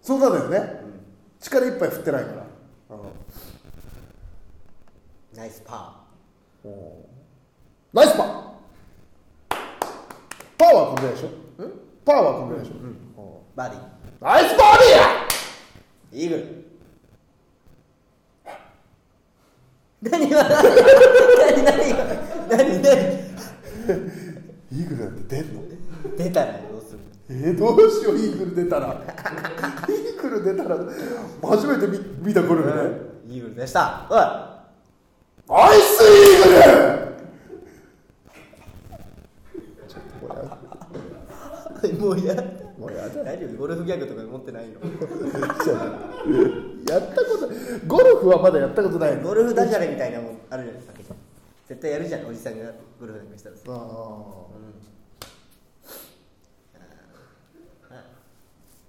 Speaker 2: そうなんだよね、力いっぱい振ってないから
Speaker 1: ナイスパ
Speaker 2: ナイスパーパーはこんぐらいでしょパーはこんぐらいでしょ、
Speaker 1: ーバーディー
Speaker 2: ナイスバーディー
Speaker 1: イ
Speaker 2: や
Speaker 1: ーグル何が何何が何何
Speaker 2: イーグルなんて出んの
Speaker 1: 出たらどうする
Speaker 2: えー、どうしようイーグル出たら イーグル出たら初めて見見たゴルフね、
Speaker 1: イーグルでしたおい
Speaker 2: ナイスイーグル
Speaker 1: もうやだ
Speaker 2: もうやだ
Speaker 1: 大丈夫ゴルフギャグとか持ってないの
Speaker 2: やったことないゴルフはまだやったことないの
Speaker 1: ゴルフダジャレみたいなもんあるじゃないですか絶対やるじゃんおじさんがゴルフなんかしたらさ
Speaker 2: あ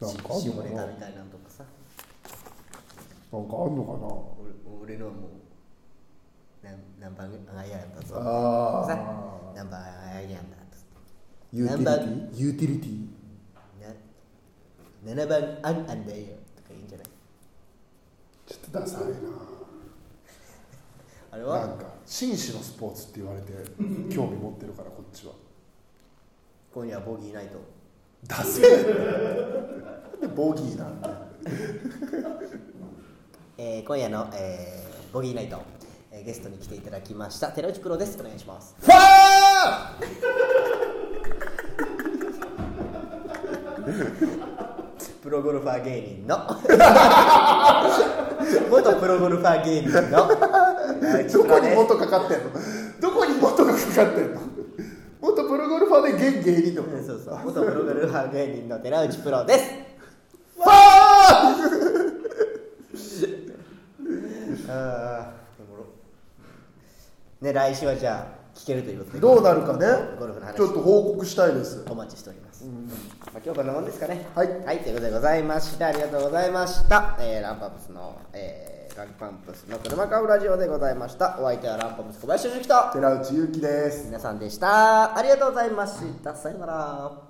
Speaker 2: なんかあん
Speaker 1: 下
Speaker 2: の
Speaker 1: ネ
Speaker 2: かな
Speaker 1: タ
Speaker 2: なん
Speaker 1: み
Speaker 2: か
Speaker 1: たいなのとかさ
Speaker 2: あんの
Speaker 1: 俺俺のはもうなん何番アイアンやったぞ
Speaker 2: かなあ
Speaker 1: さ
Speaker 2: あ
Speaker 1: 何番アイアンやったっつって
Speaker 2: ユーティリティユーティリティ
Speaker 1: な7番アンアンだよとか言うんじゃない
Speaker 2: ちょっとダサい
Speaker 1: あれ
Speaker 2: ななん
Speaker 1: は
Speaker 2: か紳士のスポーツって言われ て興味持ってるからこっちは
Speaker 1: 今夜はボギーないと
Speaker 2: ダセえなんでボギーなんだよ
Speaker 1: えー今夜の、えーボギーナイト、えーゲストに来ていただきました寺内プロですお願いします
Speaker 2: ファー
Speaker 1: プロゴルファー芸人の元プロゴルファー芸人の寺内プ
Speaker 2: どこ
Speaker 1: ロ
Speaker 2: に
Speaker 1: です
Speaker 2: 元かかってんのどこに元がかかってんの元プロゴルファーで現芸人ってこと
Speaker 1: うん
Speaker 2: フ
Speaker 1: そうそう元プロゴルファー芸人の寺内プロです
Speaker 2: ァー
Speaker 1: あーおもろね来週はじゃあ聞けるということで
Speaker 2: どうなるか
Speaker 1: ゴルフの話
Speaker 2: ねちょっと報告したいです
Speaker 1: お待ちしております、まあ、今日こんなもんですかね
Speaker 2: はい
Speaker 1: ということでございましたありがとうございました、えーランパンプスの、えーランパンプスの車買うラジオでございましたお相手はランパンプス小林俊樹と
Speaker 2: 寺内ゆうきです
Speaker 1: 皆さんでしたありがとうございましたさよなら